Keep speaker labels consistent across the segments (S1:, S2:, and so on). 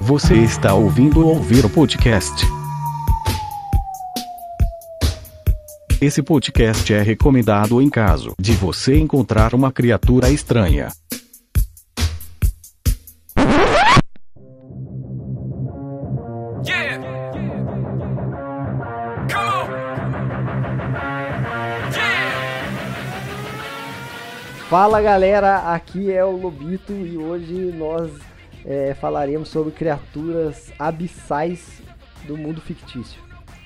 S1: Você está ouvindo ouvir o podcast. Esse podcast é recomendado em caso de você encontrar uma criatura estranha.
S2: Yeah. Come on. Yeah.
S3: Fala galera, aqui é o Lobito e hoje nós é, falaremos sobre criaturas abissais do mundo fictício.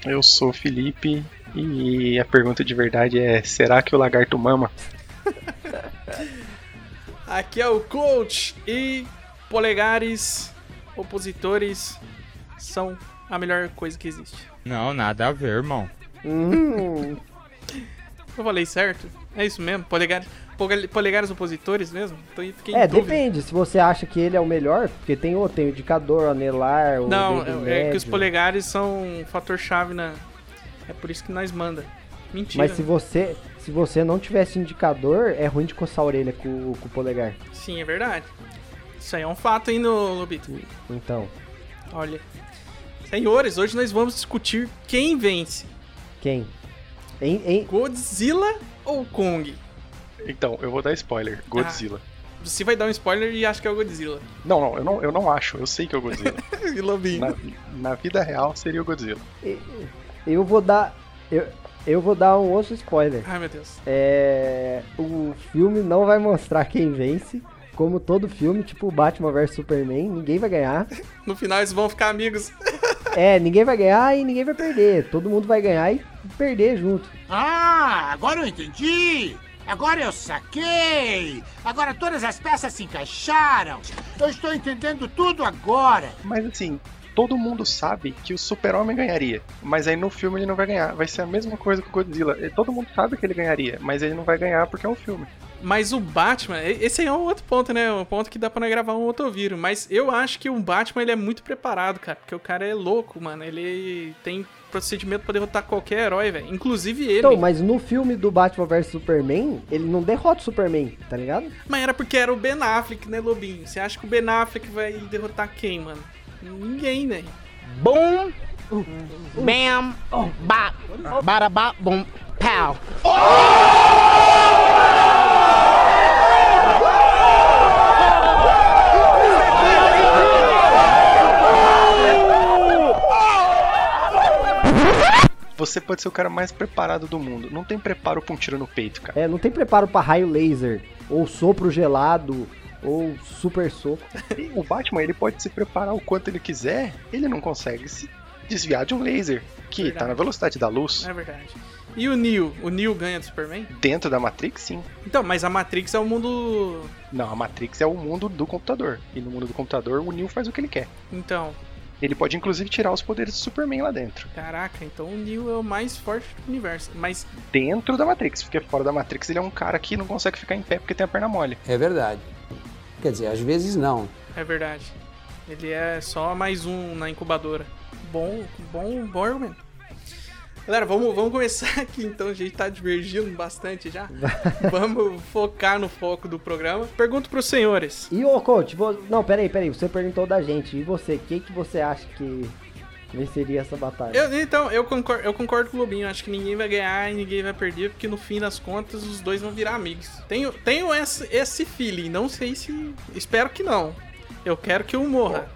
S4: Eu sou o Felipe e a pergunta de verdade é: será que o lagarto mama?
S5: Aqui é o coach e polegares opositores são a melhor coisa que existe.
S6: Não, nada a ver, irmão.
S5: Eu falei certo? É isso mesmo? Polegares, pole- polegares opositores mesmo? Tô, fiquei em
S3: é,
S5: dúvida.
S3: depende, se você acha que ele é o melhor, porque tem outro, tem o indicador, o anelar, o
S5: Não,
S3: dedo
S5: é, é que
S3: médio.
S5: os polegares são um fator chave na. É por isso que nós manda. Mentira.
S3: Mas se você, se você não tivesse indicador, é ruim de coçar a orelha com, com o polegar.
S5: Sim, é verdade. Isso aí é um fato, hein, no Lobito?
S3: Então,
S5: Olha. Senhores, hoje nós vamos discutir quem vence:
S3: quem? Em, em-
S5: Godzilla ou Kong?
S4: Então, eu vou dar spoiler: Godzilla.
S5: Você vai dar um spoiler e acha que é o Godzilla.
S4: Não, não eu, não, eu não acho, eu sei que é o Godzilla.
S5: E Lobinho.
S4: na, na vida real seria o Godzilla.
S3: eu vou dar. Eu, eu vou dar um outro spoiler.
S5: Ai, meu Deus.
S3: É, o filme não vai mostrar quem vence, como todo filme, tipo Batman vs Superman, ninguém vai ganhar.
S5: No final eles vão ficar amigos.
S3: É, ninguém vai ganhar e ninguém vai perder. Todo mundo vai ganhar e perder junto.
S7: Ah, agora eu entendi! Agora eu saquei! Agora todas as peças se encaixaram! Eu estou entendendo tudo agora!
S4: Mas assim, todo mundo sabe que o Super-Homem ganharia, mas aí no filme ele não vai ganhar. Vai ser a mesma coisa que o Godzilla. E Todo mundo sabe que ele ganharia, mas ele não vai ganhar porque é um filme.
S5: Mas o Batman, e- esse aí é um outro ponto, né? Um ponto que dá pra nós gravar um outro vídeo. Mas eu acho que o Batman ele é muito preparado, cara. Porque o cara é louco, mano. Ele tem procedimento pra derrotar qualquer herói, velho. Inclusive ele.
S3: Então, mas no filme do Batman vs Superman, ele não derrota o Superman, tá ligado?
S5: Mas era porque era o Ben Affleck, né, Lobinho? Você acha que o Ben Affleck vai derrotar quem, mano? Ninguém, né?
S7: Bum! Bam! Ba! Barabá! Bum! Pow!
S4: Você pode ser o cara mais preparado do mundo. Não tem preparo pra um tiro no peito, cara.
S3: É, não tem preparo pra raio laser, ou sopro gelado, ou super soco.
S4: E o Batman, ele pode se preparar o quanto ele quiser, ele não consegue se desviar de um laser que
S5: Verdade.
S4: tá na velocidade da luz.
S5: É verdade. E o Neo? O Neo ganha do Superman?
S4: Dentro da Matrix, sim.
S5: Então, mas a Matrix é o mundo.
S4: Não, a Matrix é o mundo do computador. E no mundo do computador, o Neo faz o que ele quer.
S5: Então,
S4: Ele pode, inclusive, tirar os poderes do Superman lá dentro.
S5: caraca, então o Neo é o mais forte do universo. Mas
S4: Dentro da Matrix, porque fora da Matrix ele é um cara que não consegue ficar em pé porque tem a perna mole.
S8: É verdade. Quer dizer, às vezes não.
S5: É verdade. Ele é só mais um na incubadora. Bom, bom, bom argumento. Galera, vamos, vamos começar aqui então, a gente tá divergindo bastante já. vamos focar no foco do programa. Pergunto pros senhores.
S3: E ô, coach, vo... não, peraí, peraí, você perguntou da gente. E você, quem que você acha que venceria essa batalha?
S5: Eu- então, eu concordo, eu concordo com o Lobinho. Acho que ninguém vai ganhar e ninguém vai perder, porque no fim das contas os dois vão virar amigos. Tenho, tenho esse, esse feeling, não sei se. Espero que não. Eu quero que um morra.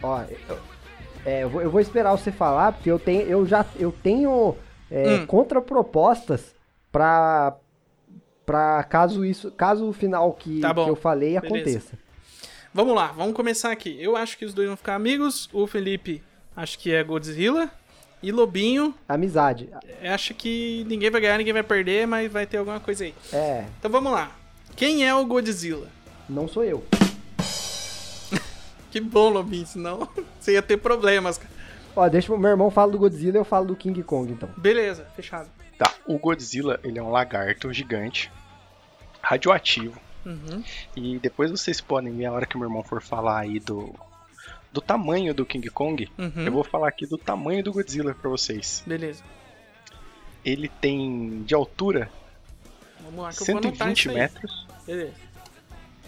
S3: Ó, eu, é, eu vou, eu vou esperar você falar, porque eu tenho, eu já, eu tenho é,
S5: Hum.
S3: contrapropostas pra, pra caso isso, caso o final que,
S5: Tá bom.
S3: que eu falei
S5: Beleza.
S3: aconteça.
S5: Vamos lá, vamos começar aqui. Eu acho que os dois vão ficar amigos. O Felipe acho que é Godzilla. E Lobinho, é,
S3: Amizade.
S5: acho que ninguém vai ganhar, ninguém vai perder, mas vai ter alguma coisa aí.
S3: É,
S5: Então vamos lá. Quem é o Godzilla?
S3: não sou eu.
S5: Que bom, Lobinho, senão você ia ter problemas. cara.
S3: Ó, deixa o meu irmão fala do Godzilla, eu falo do King Kong, então.
S5: Beleza, fechado.
S4: Tá, o Godzilla, ele é um lagarto gigante, radioativo.
S5: Uhum.
S4: E depois vocês podem ver a hora que meu irmão for falar aí do do tamanho do King Kong.
S5: Uhum.
S4: Eu vou falar aqui do tamanho do Godzilla pra vocês.
S5: Beleza.
S4: Ele tem de altura
S5: Vamos lá Ah, que eu vou anotar
S4: 120
S5: isso aí.
S4: metros.
S5: Beleza,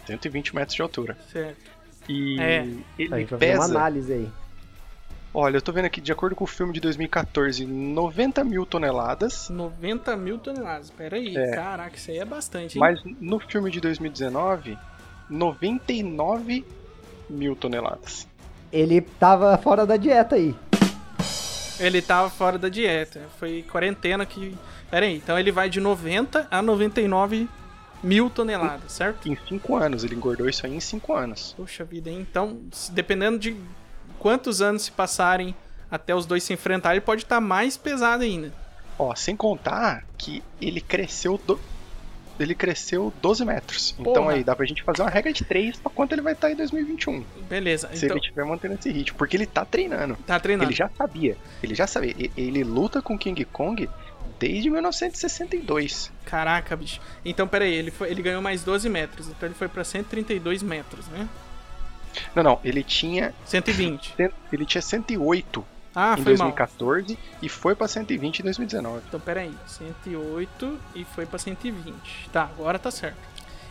S4: 120 metros de altura.
S5: certo.
S4: E
S5: É.
S3: A
S4: ele
S3: gente vai fazer uma
S4: pesa.
S3: análise aí.
S4: Olha, eu tô vendo aqui, de acordo com o filme de 2014, 90 mil toneladas.
S5: 90 mil toneladas. Pera aí.
S4: É.
S5: Caraca, isso aí é bastante, hein?
S4: Mas no filme de 2019, 99 mil toneladas.
S3: Ele tava fora da dieta aí.
S5: Ele tava fora da dieta. Foi quarentena que. Pera aí. Então ele vai de 90 a 99 mil toneladas, certo?
S4: Em 5 anos, ele engordou isso aí em 5 anos.
S5: Poxa vida, hein? Então, se- dependendo de quantos anos se passarem até os dois se enfrentarem, ele pode estar mais pesado ainda.
S4: Ó, sem contar que ele cresceu do... ele cresceu 12 metros. Então
S5: Porra.
S4: aí, dá pra gente fazer uma regra de 3 pra quanto ele vai estar em 2021.
S5: Beleza,
S4: Se
S5: então
S4: ele estiver mantendo esse ritmo. Porque ele tá treinando.
S5: tá treinando.
S4: Ele já sabia. Ele já sabia. E- Ele luta com King Kong desde 1962.
S5: Caraca, bicho. Então, pera aí, ele, foi- ele ganhou mais 12 metros, então ele foi pra 132 metros, né?
S4: Não, não. Ele tinha,
S5: 120.
S4: cen- ele tinha 108
S5: Ah,
S4: em
S5: foi mal.
S4: 2014 e foi pra 120 em 2019.
S5: Então, pera aí, 108 e foi pra 120. Tá, agora tá certo.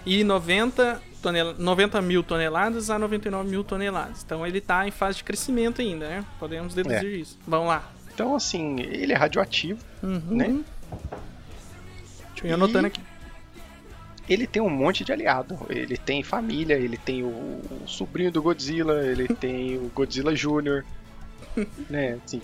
S5: E 90, tonel... 90 mil toneladas a 99 mil toneladas. Então ele tá em fase de crescimento ainda, né? Podemos deduzir isso. Vamos lá.
S4: Então, assim, ele é radioativo,
S5: Uhum.
S4: né?
S5: Deixa eu ir anotando aqui.
S4: Ele tem um monte de aliado. Ele tem família, ele tem o, o sobrinho do Godzilla, ele tem o Godzilla Jr. né? assim,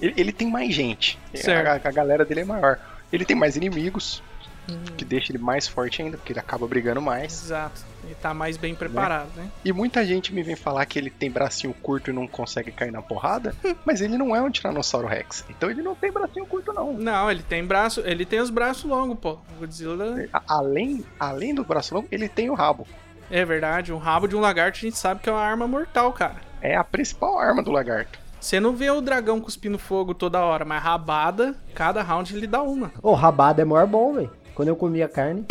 S4: ele, ele tem mais gente.
S5: Certo.
S4: A, a galera dele é maior. Ele tem mais inimigos,
S5: Uhum.
S4: que deixa ele mais forte ainda, porque ele acaba brigando mais.
S5: Exato. Ele tá mais bem preparado, né?
S4: E muita gente me vem falar que ele tem bracinho curto e não consegue cair na porrada, mas ele não é um Tiranossauro Rex. Então ele não tem bracinho curto, não.
S5: Não, ele tem braço. Ele tem os braços longos, pô. O Godzilla.
S4: A- Além, além do braço longo, ele tem o rabo.
S5: É verdade. Um rabo de um lagarto a gente sabe que é uma arma mortal, cara.
S4: É a principal arma do lagarto.
S5: Você não vê o dragão cuspindo fogo toda hora, mas rabada, cada round ele dá uma.
S3: Ô, rabada é maior bom, velho. Quando eu comia carne.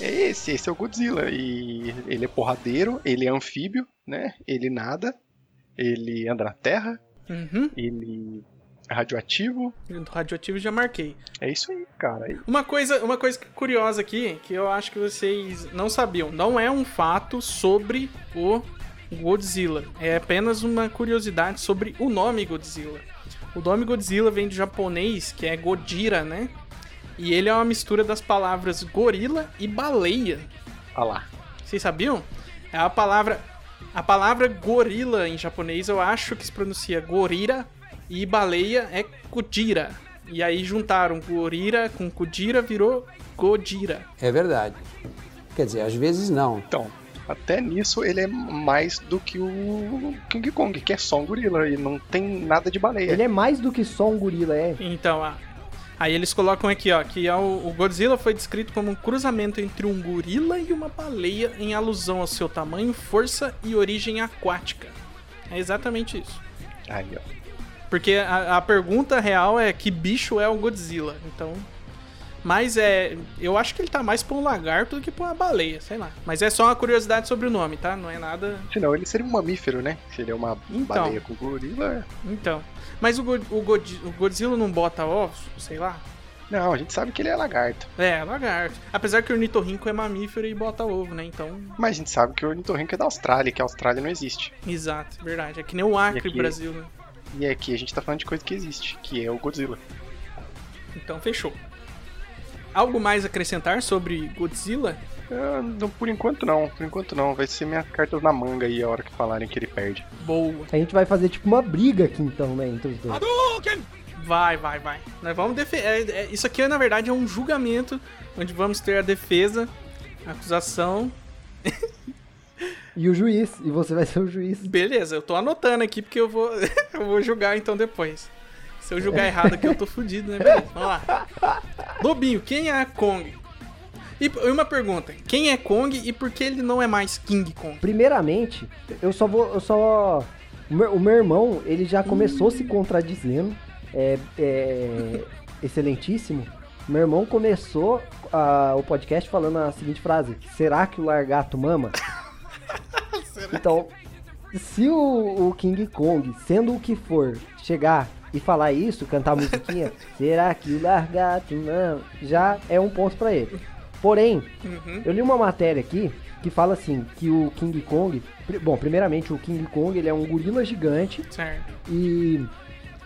S4: É esse, esse é o Godzilla. E ele é porradeiro, ele é anfíbio, né? Ele nada, ele anda na terra,
S5: Uhum.
S4: ele é radioativo.
S5: Radioativo já marquei.
S4: É isso aí, cara. E-
S5: Uma coisa, uma coisa curiosa aqui, que eu acho que vocês não sabiam, não é um fato sobre o Godzilla. É apenas uma curiosidade sobre o nome Godzilla. O nome Godzilla vem do japonês, que é Godira, né? E ele é uma mistura das palavras gorila e baleia.
S4: Ah lá.
S5: Vocês sabiam? É a palavra. A palavra gorila em japonês eu acho que se pronuncia gorira e baleia é kudira. E aí juntaram gorira com kudira virou godira.
S8: É verdade. Quer dizer, às vezes não.
S4: Então, até nisso ele é mais do que o King Kong, que é só um gorila e não tem nada de baleia.
S3: Ele é mais do que só um gorila, é.
S5: Então, ah, aí eles colocam aqui, ó, que é o, o Godzilla foi descrito como um cruzamento entre um gorila e uma baleia em alusão ao seu tamanho, força e origem aquática. É exatamente isso.
S4: Aí, ó.
S5: Porque a, a pergunta real é que bicho é o Godzilla. Então. Mas é. Eu acho que ele tá mais pra um lagarto do que pra uma baleia, sei lá. Mas é só uma curiosidade sobre o nome, tá? Não é nada.
S4: Senão ele seria um mamífero, né? Seria uma
S5: Então.
S4: baleia com gorila.
S5: Então. Mas o, Go- o Godi- o Godzilla não bota ovos, sei lá.
S4: Não, a gente sabe que ele é lagarto.
S5: É, lagarto. Apesar que o ornitorrinco é mamífero e bota ovo, né? Então.
S4: Mas a gente sabe que o ornitorrinco é da Austrália, que a Austrália não existe.
S5: Exato, verdade. É que nem o Acre,
S4: E aqui-
S5: Brasil, né?
S4: E aqui a gente tá falando de coisa que existe, que é o Godzilla.
S5: Então fechou. Algo mais a acrescentar sobre Godzilla?
S4: Ah, não, por enquanto não, por enquanto não. Vai ser minhas cartas na manga aí a hora que falarem que ele perde.
S5: Boa.
S3: A gente vai fazer tipo uma briga aqui então, né? Entre os dois.
S5: Vai, vai, vai. Nós vamos defender. isso aqui, na verdade, é um julgamento onde vamos ter a defesa, a acusação.
S3: E o juiz. E você vai ser o juiz.
S5: Beleza, eu tô anotando aqui porque eu vou, eu vou julgar então depois. Se eu julgar errado aqui, eu tô fudido, né? Beleza, Vamos lá. Lobinho, quem é Kong? E p- uma pergunta: quem é Kong e por que ele não é mais King Kong?
S3: Primeiramente, eu só vou. Eu só. O meu, o meu irmão, ele já começou se contradizendo. É, é, excelentíssimo. Meu irmão começou ah, o podcast falando a seguinte frase: Será que o largato mama? então, se o, o King Kong, sendo o que for, chegar e falar isso, cantar a musiquinha, será que o largato mama? Já é um ponto pra ele. Porém,
S5: Uhum.
S3: eu li uma matéria aqui que fala assim, que o King Kong... pri- Bom, primeiramente, o King Kong ele é um gorila gigante
S5: Certo.
S3: e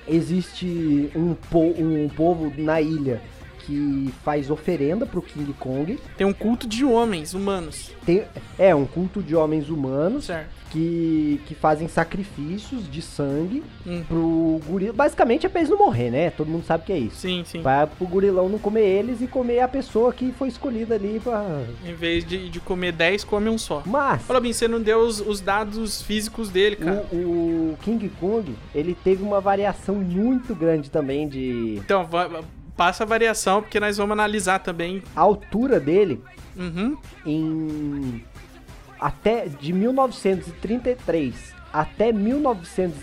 S3: existe um, po- um povo na ilha que faz oferenda pro King Kong.
S5: Tem um culto de homens humanos.
S3: Tem, é um culto de homens humanos
S5: Certo.
S3: que, que fazem sacrifícios de sangue
S5: Hum.
S3: pro gorila. Basicamente é pra eles não morrer, né? Todo mundo sabe que é isso.
S5: Sim, sim.
S3: Pra, pro gorilão não comer eles e comer a pessoa que foi escolhida ali pra...
S5: Em vez de, de comer 10, come um só.
S3: Mas...
S5: Fala bem, você não deu os, os dados físicos dele, cara.
S3: O, o King Kong, ele teve uma variação muito grande também de
S5: Então, va- va- passa a variação, porque nós vamos analisar também.
S3: a altura dele
S5: Uhum.
S3: em até de 1933 até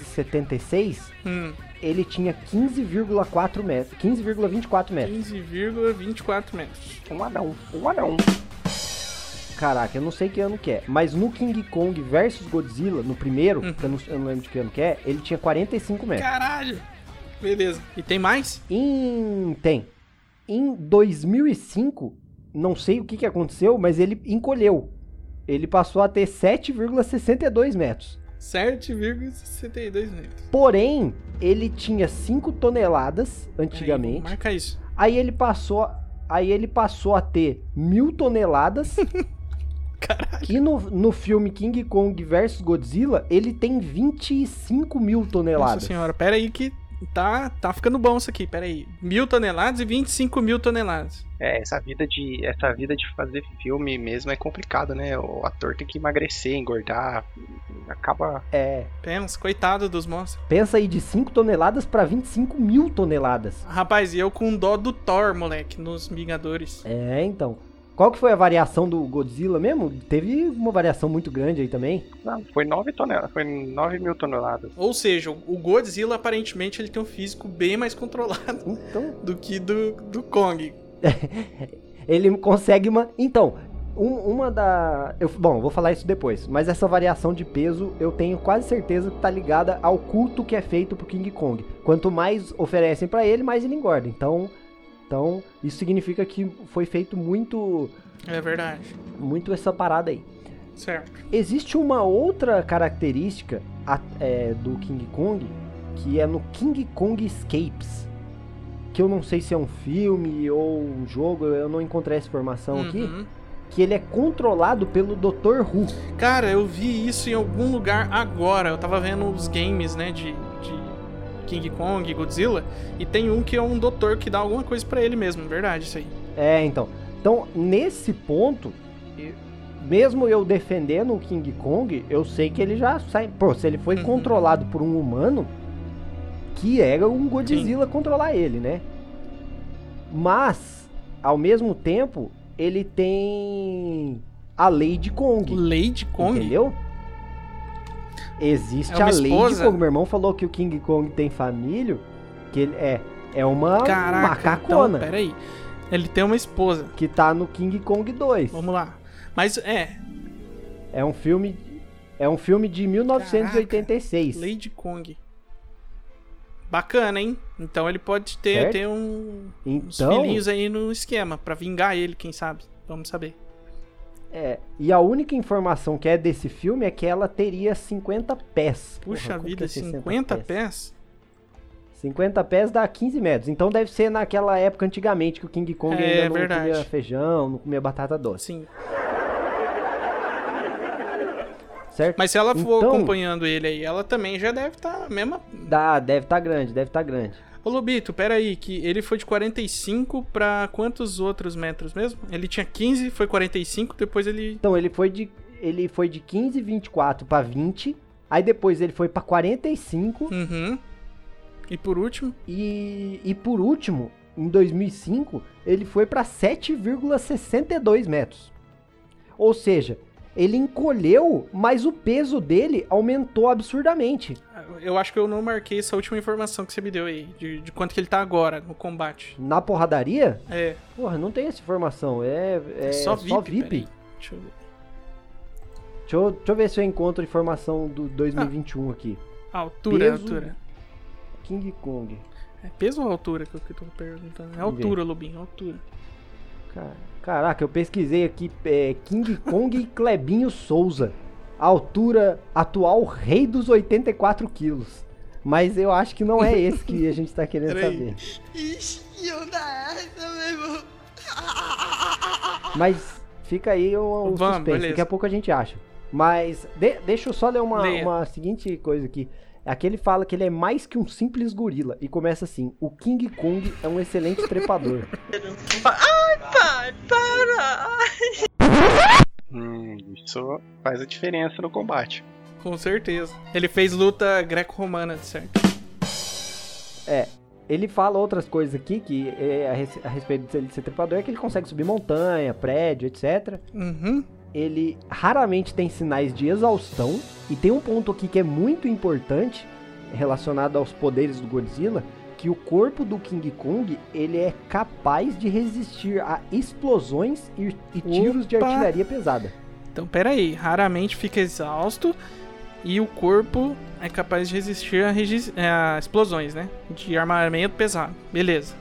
S3: 1976,
S5: Hum.
S3: ele tinha 15,4 metros, 15,24 metros.
S5: 15,24 metros.
S4: Um anão, um anão.
S3: Caraca, eu não sei que ano que é, mas no King Kong versus Godzilla, no primeiro,
S5: Hum.
S3: que eu não, eu não lembro de que ano que é, ele tinha 45 metros.
S5: Caralho! Beleza. E tem mais?
S3: Em. Tem. Em 2005, não sei o que, que aconteceu, mas ele encolheu. Ele passou a ter 7,62 metros.
S5: 7,62 metros.
S3: Porém, ele tinha 5 toneladas
S5: Peraí,
S3: antigamente.
S5: marca isso.
S3: aí ele passou. Aí ele passou a ter mil toneladas. E no, no filme King Kong vs Godzilla, ele tem 25 mil toneladas.
S5: Nossa senhora, pera aí que tá, tá ficando bom isso aqui, pera aí. Mil toneladas e 25 mil toneladas.
S4: É, essa vida de essa vida de fazer filme mesmo é complicada, né? O ator tem que emagrecer, engordar, acaba
S3: É.
S5: Pensa, coitado dos monstros.
S3: Pensa aí de 5 toneladas para 25 mil toneladas.
S5: Rapaz, e eu com dó do Thor, moleque, nos Vingadores.
S3: É, então. Qual que foi a variação do Godzilla mesmo? Teve uma variação muito grande aí também.
S4: Não, foi 9 toneladas, foi 9 mil toneladas.
S5: Ou seja, o Godzilla aparentemente ele tem um físico bem mais controlado
S3: Então,
S5: do que do, do Kong.
S3: ele consegue uma. Então, um- uma da. Eu, bom, eu vou falar isso depois. Mas essa variação de peso eu tenho quase certeza que tá ligada ao culto que é feito pro King Kong. Quanto mais oferecem pra ele, mais ele engorda. Então, então isso significa que foi feito muito,
S5: É verdade.
S3: muito essa parada aí.
S5: Certo.
S3: Existe uma outra característica a- é, do King Kong que é no King Kong Escapes. Que eu não sei se é um filme ou um jogo, eu não encontrei essa informação aqui.
S5: Uhum.
S3: Que ele é controlado pelo Dr. Who.
S5: Cara, eu vi isso em algum lugar agora. Eu tava vendo os games, né, de, de King Kong e Godzilla. E tem um que é um doutor que dá alguma coisa pra ele mesmo, verdade, isso aí.
S3: É, então. Então, nesse ponto, e- mesmo eu defendendo o King Kong, eu sei que ele já sai. Pô, se ele foi
S5: Uhum.
S3: controlado por um humano, que era um Godzilla controlar ele, né? Mas, ao mesmo tempo, ele tem a lei de Kong.
S5: Lady Kong?
S3: Entendeu? Existe
S5: É uma
S3: a lei de
S5: esposa?
S3: Kong. Meu irmão falou que o King Kong tem família, que ele é, é uma
S5: Caraca,
S3: macacona
S5: Então, peraí. Ele tem uma esposa.
S3: que tá no King Kong 2.
S5: Vamos lá. Mas é,
S3: É um filme. É um filme de 1986.
S5: Lady Kong. Bacana, hein? Então ele pode ter,
S3: Certo.
S5: ter um, uns
S3: Então,
S5: filhinhos aí no esquema, pra vingar ele, quem sabe. Vamos saber.
S3: é, e a única informação que é desse filme é que ela teria 50 pés.
S5: Puxa
S3: Porra, como que
S5: vida,
S3: é 60
S5: 50 pés?
S3: 50 pés dá 15 metros. Então deve ser naquela época antigamente que o King Kong
S5: É,
S3: ainda não
S5: verdade.
S3: comia feijão, não comia batata doce,
S5: Sim.
S3: certo?
S5: Mas se ela for
S3: Então-
S5: acompanhando ele aí, ela também já deve estar tá a mesma.
S3: Dá, deve estar grande, deve estar grande.
S5: Ô Lobito, pera aí, que ele foi de 45 pra quantos outros metros mesmo? Ele tinha 15, foi 45, depois ele.
S3: Então ele foi de ele foi de 15 24 para 20, aí depois ele foi pra 45
S5: Uhum. E por último,
S3: E, e por último, em 2005, ele foi para 7,62 metros. Ou seja, ele encolheu, mas o peso dele aumentou absurdamente.
S5: eu acho que eu não marquei essa última informação que você me deu aí, de, de quanto que ele tá agora no combate.
S3: Na porradaria?
S5: É,
S3: Porra, não tem essa informação. É, é
S5: só VIP. peraí. Deixa eu ver.
S3: Deixa eu, deixa eu ver se eu encontro a informação do 2021 aqui.
S5: Ah, Altura,
S3: Peso.
S5: altura.
S3: King Kong.
S5: É peso ou é altura que eu que eu tô perguntando? É altura, Lobinho, altura.
S3: Ca- Caraca, eu pesquisei aqui é, King Kong e Clebinho Souza. Altura atual rei dos 84 quilos. Mas eu acho que não é esse que a gente tá querendo
S5: Peraí.
S3: saber.
S2: Ixi, que onda é essa, meu irmão?
S3: Mas fica aí o, o
S5: Vamos,
S3: suspense.
S5: beleza.
S3: Daqui a pouco a gente acha. Mas de- deixa eu só ler uma,
S5: Leia.
S3: uma seguinte coisa aqui. Aqui ele fala que ele é mais que um simples gorila. E começa assim: o King Kong é um excelente trepador.
S2: Pai, para!
S4: Hum, isso faz a diferença no combate.
S5: Com certeza. Ele fez luta greco-romana, certo?
S3: Ele fala outras coisas aqui que é, a, res- a respeito dele ser trepador é que ele consegue subir montanha, prédio, etc.
S5: Uhum.
S3: Ele raramente tem sinais de exaustão. E tem um ponto aqui que é muito importante relacionado aos poderes do Godzilla, que o corpo do King Kong ele é capaz de resistir a explosões e, e tiros de
S5: Opa!
S3: artilharia pesada.
S5: Então, peraí. Raramente fica exausto e o corpo é capaz de resistir a, regis- a explosões, né? De armamento pesado. Beleza.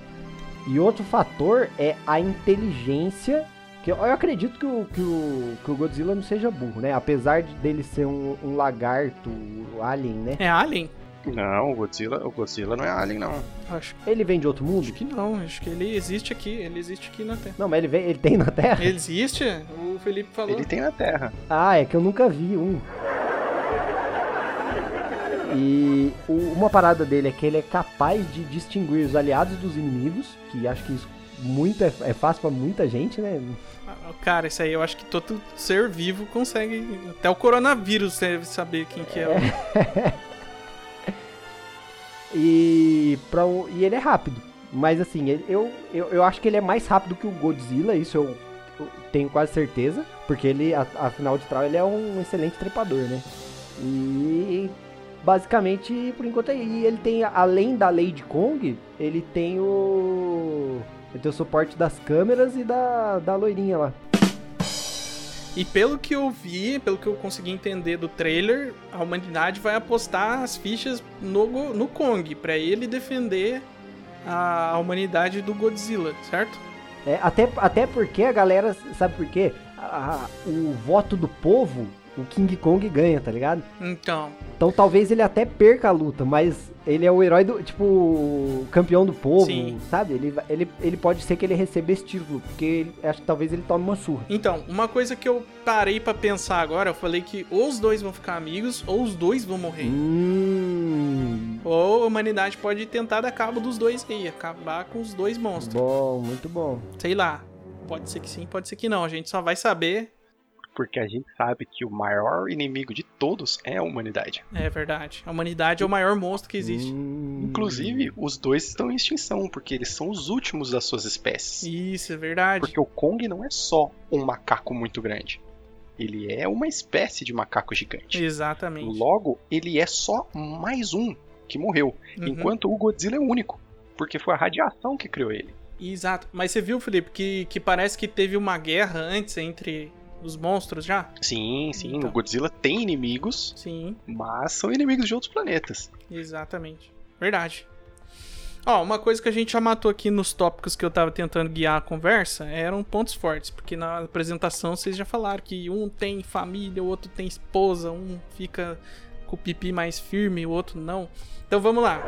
S3: E outro fator é a inteligência. Que eu eu acredito que o, que o, que o Godzilla não seja burro, né? Apesar de- dele ser um, um lagarto, um alien, né?
S5: É alien?
S4: Não, o Godzilla, o Godzilla não é alien, não.
S5: Acho,
S3: Ele vem de outro
S5: acho
S3: mundo?
S5: que não. Acho que ele existe aqui. Ele existe aqui na Terra.
S3: Não, mas ele, vem, ele tem na Terra?
S5: Ele existe? O Felipe falou.
S4: Ele tem na Terra.
S3: Ah, é que eu nunca vi um. E o- uma parada dele é que ele é capaz de distinguir os aliados dos inimigos, que acho que isso muito é, é fácil pra muita gente, né?
S5: Ah, Cara, isso aí eu acho que todo ser vivo consegue. Até o coronavírus deve saber quem que é. o-
S3: E, pra, um- e ele é rápido. Mas assim, ele- eu, eu, eu acho que ele é mais rápido que o Godzilla, isso eu, eu tenho quase certeza. Porque ele, a- afinal de tal, ele é um excelente trepador, né? E basicamente, por enquanto, é- e ele tem, além da Lady Kong, ele tem o. Ele tem o suporte das câmeras e da, da loirinha lá.
S5: E pelo que eu vi, pelo que eu consegui entender do trailer, a humanidade vai apostar as fichas no, Go- no Kong, pra ele defender a humanidade do Godzilla, certo?
S3: É, até, até porque a galera, sabe por quê? A- a- o voto do povo, o King Kong ganha, tá ligado?
S5: Então,
S3: Então talvez ele até perca a luta, mas ele é o herói do. Tipo, o campeão do povo,
S5: Sim.
S3: sabe? Ele, va- ele, ele pode ser que ele receba esse título, porque ele- acho que talvez ele tome uma surra.
S5: então, uma coisa que eu parei pra pensar agora, eu falei que ou os dois vão ficar amigos ou os dois vão morrer.
S3: Hum.
S5: Ou a humanidade pode tentar dar cabo dos dois aí, acabar com os dois monstros.
S3: Bom, muito bom.
S5: Sei lá. Pode ser que sim, pode ser que não. A gente só vai saber.
S4: Porque a gente sabe que o maior inimigo de todos é a humanidade.
S5: É verdade. A humanidade é o maior monstro que existe.
S3: Hum.
S4: Inclusive, os dois estão em extinção, porque eles são os últimos das suas espécies.
S5: Isso, é verdade.
S4: Porque o Kong não é só um macaco muito grande. Ele é uma espécie de macaco gigante.
S5: Exatamente.
S4: Tipo, Logo, ele é só mais um que morreu.
S5: Uhum.
S4: Enquanto o Godzilla é o único. Porque foi a radiação que criou ele.
S5: Exato. Mas você viu, Felipe, que, que parece que teve uma guerra antes entre os monstros já?
S4: Sim, sim.
S5: Então.
S4: O Godzilla tem inimigos,
S5: Sim,
S4: mas são inimigos de outros planetas.
S5: exatamente. Verdade. Ó, uma coisa que a gente já matou aqui nos tópicos que eu tava tentando guiar a conversa eram pontos fortes, porque na apresentação vocês já falaram que um tem família, o outro tem esposa, um fica com o pipi mais firme, o outro não. Então vamos lá.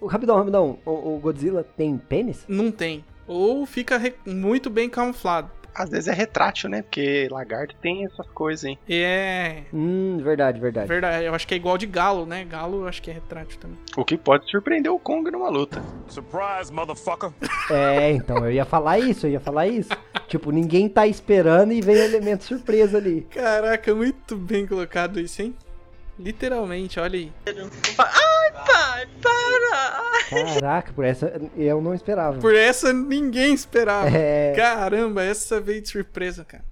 S3: O- Rapidão, rapidão. O, o Godzilla tem pênis?
S5: Não tem. Ou fica re- muito bem camuflado.
S4: Às vezes é retrátil, né? Porque lagarto tem essas coisas, hein?
S5: É.
S3: Hum, verdade, verdade.
S5: Verdade, eu acho que é igual de galo, né? Galo eu acho que é retrátil também.
S4: O que pode surpreender o Kong numa luta.
S6: Surprise, motherfucker.
S3: É, então eu ia falar isso, eu ia falar isso. tipo, ninguém tá esperando e vem elemento surpresa ali.
S5: Caraca, muito bem colocado isso, hein? Literalmente, olha aí.
S2: Pai, para!
S3: Caraca, por essa eu não esperava.
S5: Por essa ninguém esperava.
S3: É.
S5: Caramba, essa veio de surpresa, cara.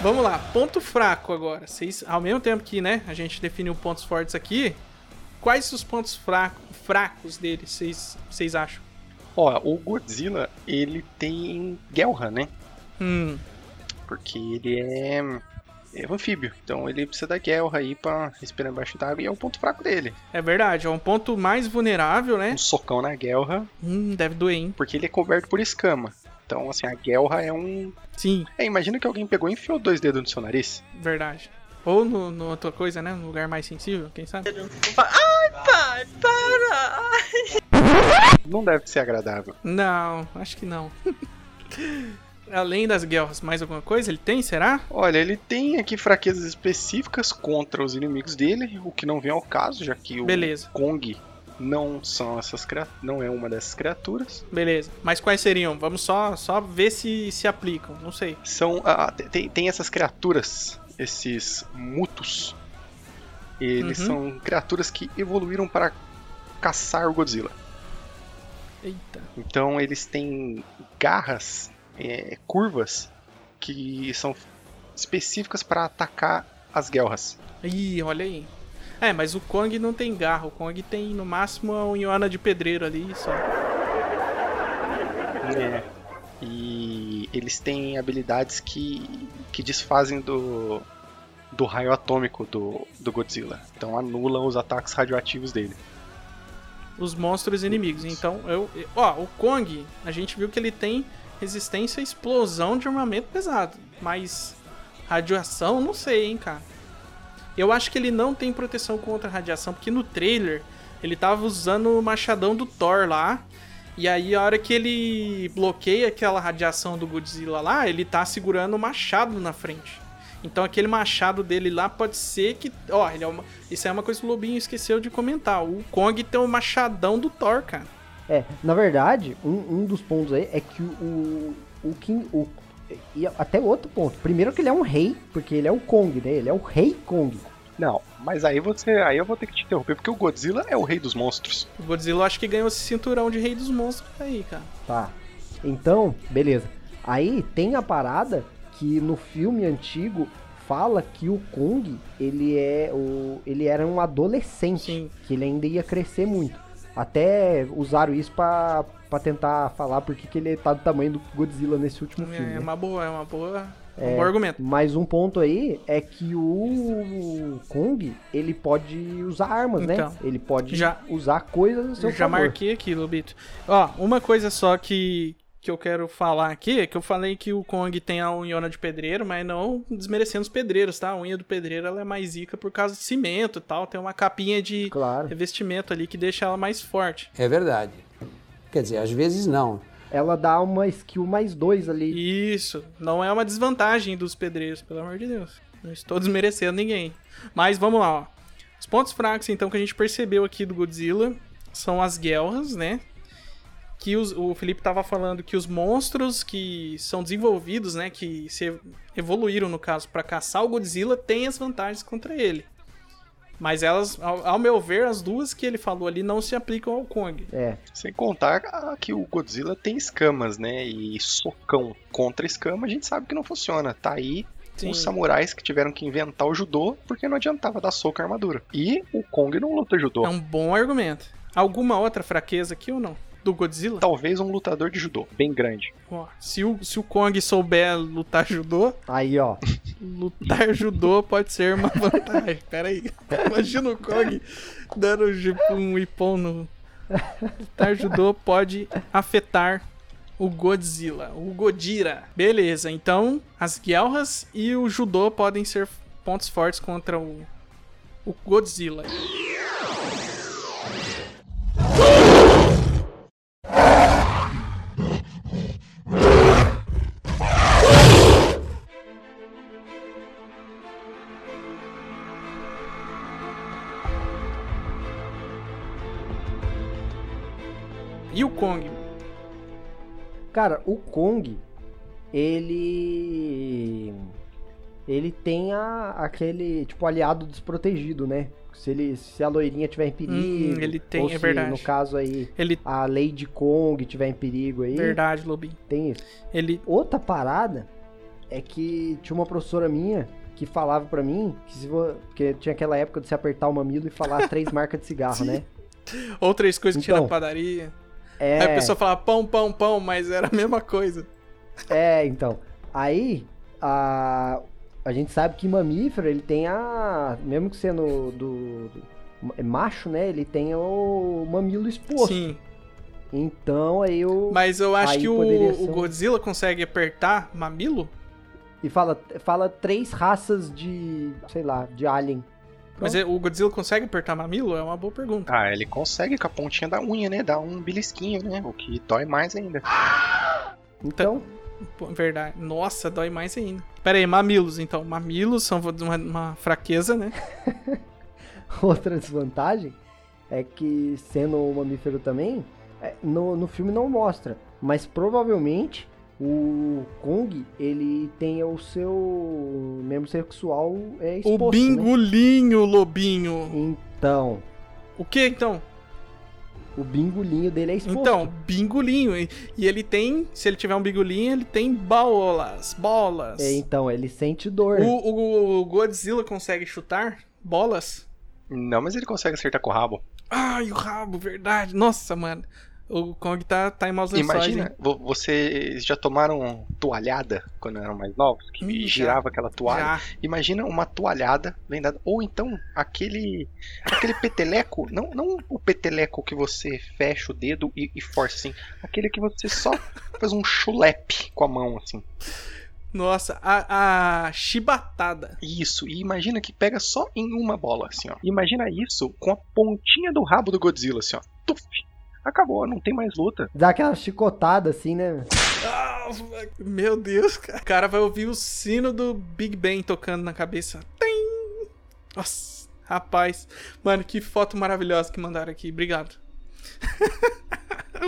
S5: Vamos lá, ponto fraco agora. Vocês, ao mesmo tempo que né, a gente definiu pontos fortes aqui, quais os pontos fraco, fracos dele vocês vocês acham?
S4: Ó, o Godzilla, ele tem guerra, né?
S5: Hum,
S4: Porque ele é, é um anfíbio. Então ele precisa da guerra aí pra respirar embaixo d'água e é o ponto fraco dele.
S5: é verdade, é um ponto mais vulnerável, né?
S4: Um socão na guerra,
S5: Hum, deve doer, hein?
S4: porque ele é coberto por escama. Então, assim, a guerra é um.
S5: Sim,
S4: É, imagina que alguém pegou e enfiou dois dedos no seu nariz.
S5: verdade. Ou no, no outra coisa, né? Um lugar mais sensível, quem sabe?
S2: Ai, pai, para!
S4: Não deve ser agradável.
S5: Não, acho que não. Além das guerras, mais alguma coisa ele tem, será?
S4: Olha, ele tem aqui fraquezas específicas contra os inimigos dele, o que não vem ao caso, já que o
S5: Beleza.
S4: Kong não são essas cria- não é uma dessas criaturas.
S5: Beleza. Mas quais seriam? Vamos só, só ver se se aplicam. Não sei.
S4: São ah, te- tem, tem essas criaturas, esses mutos. Eles
S5: Uhum.
S4: são criaturas que evoluíram para caçar o Godzilla.
S5: Eita.
S4: Então eles têm garras, é, curvas que são específicas para atacar as guerras.
S5: Ih, olha aí. É, mas o Kong não tem garra. O Kong tem no máximo a unhona de pedreiro ali só.
S4: E eles têm habilidades que, que desfazem do, do raio atômico do, do Godzilla. Então anulam os ataques radioativos dele.
S5: Os monstros inimigos. Então, eu. eu- Ó, o Kong, a gente viu que ele tem resistência à explosão de armamento pesado. Mas radiação, não sei, hein, cara. Eu acho que ele não tem proteção contra radiação, porque no trailer ele tava usando o machadão do Thor lá. E aí a hora que ele bloqueia aquela radiação do Godzilla lá, ele tá segurando o machado na frente. Então aquele machado dele lá pode ser que. Ó, ele é uma- isso é uma coisa que o Lobinho esqueceu de comentar. O Kong tem o machadão do Thor, cara.
S3: É, na verdade, um, um dos pontos aí é que o, o King. O, e até outro ponto. Primeiro que ele é um rei, porque ele é o Kong, né? Ele é o rei Kong.
S4: Não, mas aí você. Aí eu vou ter que te interromper, porque o Godzilla é o rei dos monstros.
S5: O Godzilla eu acho que ganhou esse cinturão de rei dos monstros aí, cara.
S3: Tá. Então, beleza. Aí tem a parada que no filme antigo fala que o Kong, ele é o ele era um adolescente,
S5: Sim.
S3: que ele ainda ia crescer muito. Até usaram isso pra pra tentar falar porque que ele tá do tamanho do Godzilla nesse último filme.
S5: É
S3: né? É,
S5: uma boa, é uma boa. Um bom argumento.
S3: Mas um ponto aí é que o Kong, ele pode usar armas,
S5: Então,
S3: né? Ele pode
S5: já-
S3: usar coisas no seu
S5: Eu já
S3: é um favor.
S5: marquei aqui, Lobito. Ó, uma coisa só que, que eu quero falar aqui é que eu falei que o Kong tem a unhona de pedreiro, mas não desmerecendo os pedreiros, tá? A unha do pedreiro ela é mais zica por causa de cimento e tal. Tem uma capinha de
S3: Claro.
S5: revestimento ali que deixa ela mais forte.
S8: É verdade. Quer dizer, às vezes não.
S3: Ela dá uma skill mais dois ali.
S5: Isso, não é uma desvantagem dos pedreiros, pelo amor de Deus. Não estou desmerecendo ninguém. Mas vamos lá, ó. Os pontos fracos, então, que a gente percebeu aqui do Godzilla são as guerras, né? Que os- o Felipe tava falando que os monstros que são desenvolvidos, né? Que se evoluíram, no caso, para caçar o Godzilla, têm as vantagens contra ele. Mas elas, ao, ao meu ver, as duas que ele falou ali não se aplicam ao Kong.
S3: É,
S4: Sem contar ah, que o Godzilla tem escamas, né? E socão contra escama a gente sabe que não funciona. Tá aí os samurais que tiveram que inventar o judô porque não adiantava dar soco à armadura. E o Kong não luta judô.
S5: É um bom argumento. Alguma outra fraqueza aqui ou não? Do Godzilla?
S4: Talvez um lutador de judô, bem grande.
S5: Ó, se o, se o Kong souber lutar judô,
S3: aí ó.
S5: lutar judô pode ser uma vantagem. Pera aí. Imagina o Kong dando gi- um ipon no. Lutar judô pode afetar o Godzilla, o Godira. Beleza, então as guelras e o judô podem ser pontos fortes contra o, o Godzilla. E o Kong?
S3: Cara, o Kong, ele. Ele tem a, aquele, tipo, aliado desprotegido, né? Se, ele, se a loirinha tiver em perigo.
S5: Hum, ele tem,
S3: ou
S5: é
S3: se,
S5: verdade.
S3: No caso aí,
S5: Ele.
S3: a Lady Kong tiver em perigo aí.
S5: Verdade, Lobinho.
S3: Tem isso.
S5: Ele.
S3: Outra parada é que tinha uma professora minha que falava pra mim que se vo... porque tinha aquela época de se apertar o mamilo e falar três marcas de cigarro, né?
S5: Outras coisas que tinha
S3: Então.
S5: na padaria.
S3: É,
S5: Aí a pessoa falava pão, pão, pão, mas era a mesma coisa.
S3: é, então. Aí a a gente sabe que mamífero, ele tem a mesmo que sendo do, do é macho, né? Ele tem o mamilo exposto.
S5: Sim.
S3: Então aí o
S5: Mas eu acho
S3: Aí
S5: que o,
S3: poderia ser
S5: o
S3: um-
S5: Godzilla consegue apertar mamilo,
S3: e fala fala três raças de, sei lá, de alien.
S5: mas é- o Godzilla consegue apertar mamilo? É uma boa pergunta.
S4: Ah, ele consegue com a pontinha da unha, né? Dá um belisquinho, né? O que dói mais ainda.
S3: Então,
S5: Pô, verdade. Nossa, dói mais ainda. Pera aí, mamilos então. Mamilos são uma, uma fraqueza, né?
S3: outra desvantagem é que, sendo um mamífero também, é, no, no filme não mostra, mas provavelmente o Kong ele tenha o seu membro sexual é, exposto.
S5: o
S3: né?
S5: bingulinho, lobinho.
S3: Então,
S5: O que então?
S3: o bingulinho dele é exposto.
S5: Então, bingulinho. E, e ele tem, se ele tiver um bingulinho, ele tem bolas, bolas.
S3: É, então, ele sente dor. né?
S5: O, o- o Godzilla consegue chutar bolas?
S4: Não, mas ele consegue acertar com o rabo.
S5: Ai, o rabo, verdade. Nossa, mano. O Kong tá, tá em maus lençóis, hein?
S4: Imagina, vo- vocês já tomaram toalhada quando eram mais novos? Que
S5: Hum, já.
S4: girava aquela toalha?
S5: Já.
S4: Imagina uma toalhada vendada. Ou então aquele aquele peteleco. Não, não o peteleco que você fecha o dedo e, e força assim. Aquele que você só faz um chulepe com a mão assim.
S5: Nossa, a, a chibatada.
S4: Isso. E imagina que pega só em uma bola assim, ó. Imagina isso com a pontinha do rabo do Godzilla assim, ó. Tuf! Acabou, não tem mais luta.
S3: Dá aquela chicotada assim, né?
S5: Ah, meu Deus, cara. O cara vai ouvir o sino do Big Ben tocando na cabeça. Tim! Nossa, rapaz. Mano, que foto maravilhosa que mandaram aqui. Obrigado.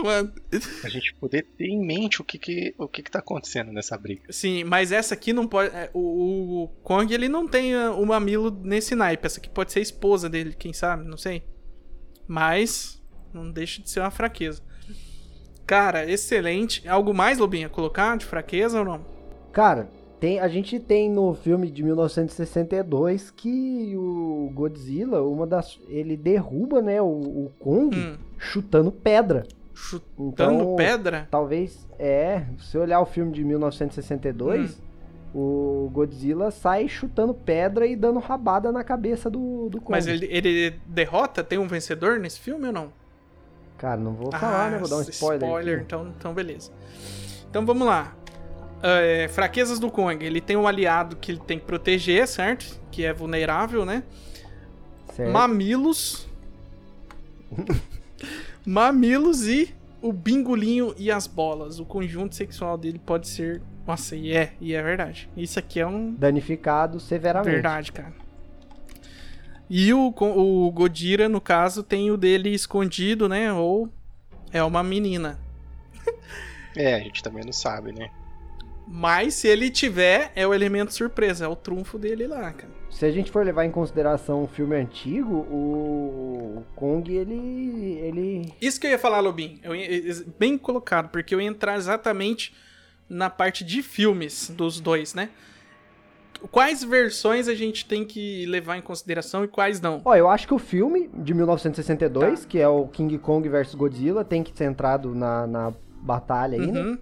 S5: Mano,
S4: A gente poder ter em mente o que que, o que, que tá acontecendo nessa briga.
S5: sim, mas essa aqui não pode. é, O, o Kong ele não tem ah, o mamilo nesse naipe. Essa aqui pode ser a esposa dele, quem sabe, não sei. Mas não deixa de ser uma fraqueza. Cara, excelente. Algo mais, Lobinha, colocar de fraqueza ou não?
S3: Cara, tem, a gente tem no filme de 1962 que o Godzilla, uma das, ele derruba, né, o, o Kong
S5: Hum,
S3: chutando pedra.
S5: chutando
S3: Então,
S5: pedra?
S3: talvez é, se olhar o filme de
S5: Hum.
S3: 1962, o Godzilla sai chutando pedra e dando rabada na cabeça do, do Kong.
S5: Mas ele, ele derrota? Tem um vencedor nesse filme ou não?
S3: Cara, não vou falar, né? Vou dar um spoiler.
S5: Ah, Spoiler,
S3: aqui.
S5: então, então beleza. Então vamos lá. É, fraquezas do Kong. Ele tem um aliado que ele tem que proteger, certo? Que é vulnerável, né?
S3: Certo?
S5: Mamilos. Mamilos e o bingolinho e as bolas. O conjunto sexual dele pode ser. Nossa, e é, e é verdade. Isso aqui é um
S3: Danificado severamente.
S5: Verdade, cara. E o, Ko- o Godira, no caso, tem o dele escondido, né? Ou é uma menina.
S4: É, a gente também não sabe, né?
S5: Mas se ele tiver, é o elemento surpresa, é o trunfo dele lá, cara.
S3: Se a gente for levar em consideração um filme antigo, o, o Kong, ele. ele.
S5: Isso que eu ia falar, Lobin. Eu ia- is- bem colocado, porque eu ia entrar exatamente na parte de filmes dos dois, né? Quais versões a gente tem que levar em consideração e quais não?
S3: Ó, eu acho que o filme de 1962,
S5: Tá.
S3: que é o King Kong vs Godzilla, tem que ser entrado na, na batalha aí, né?
S5: Uhum,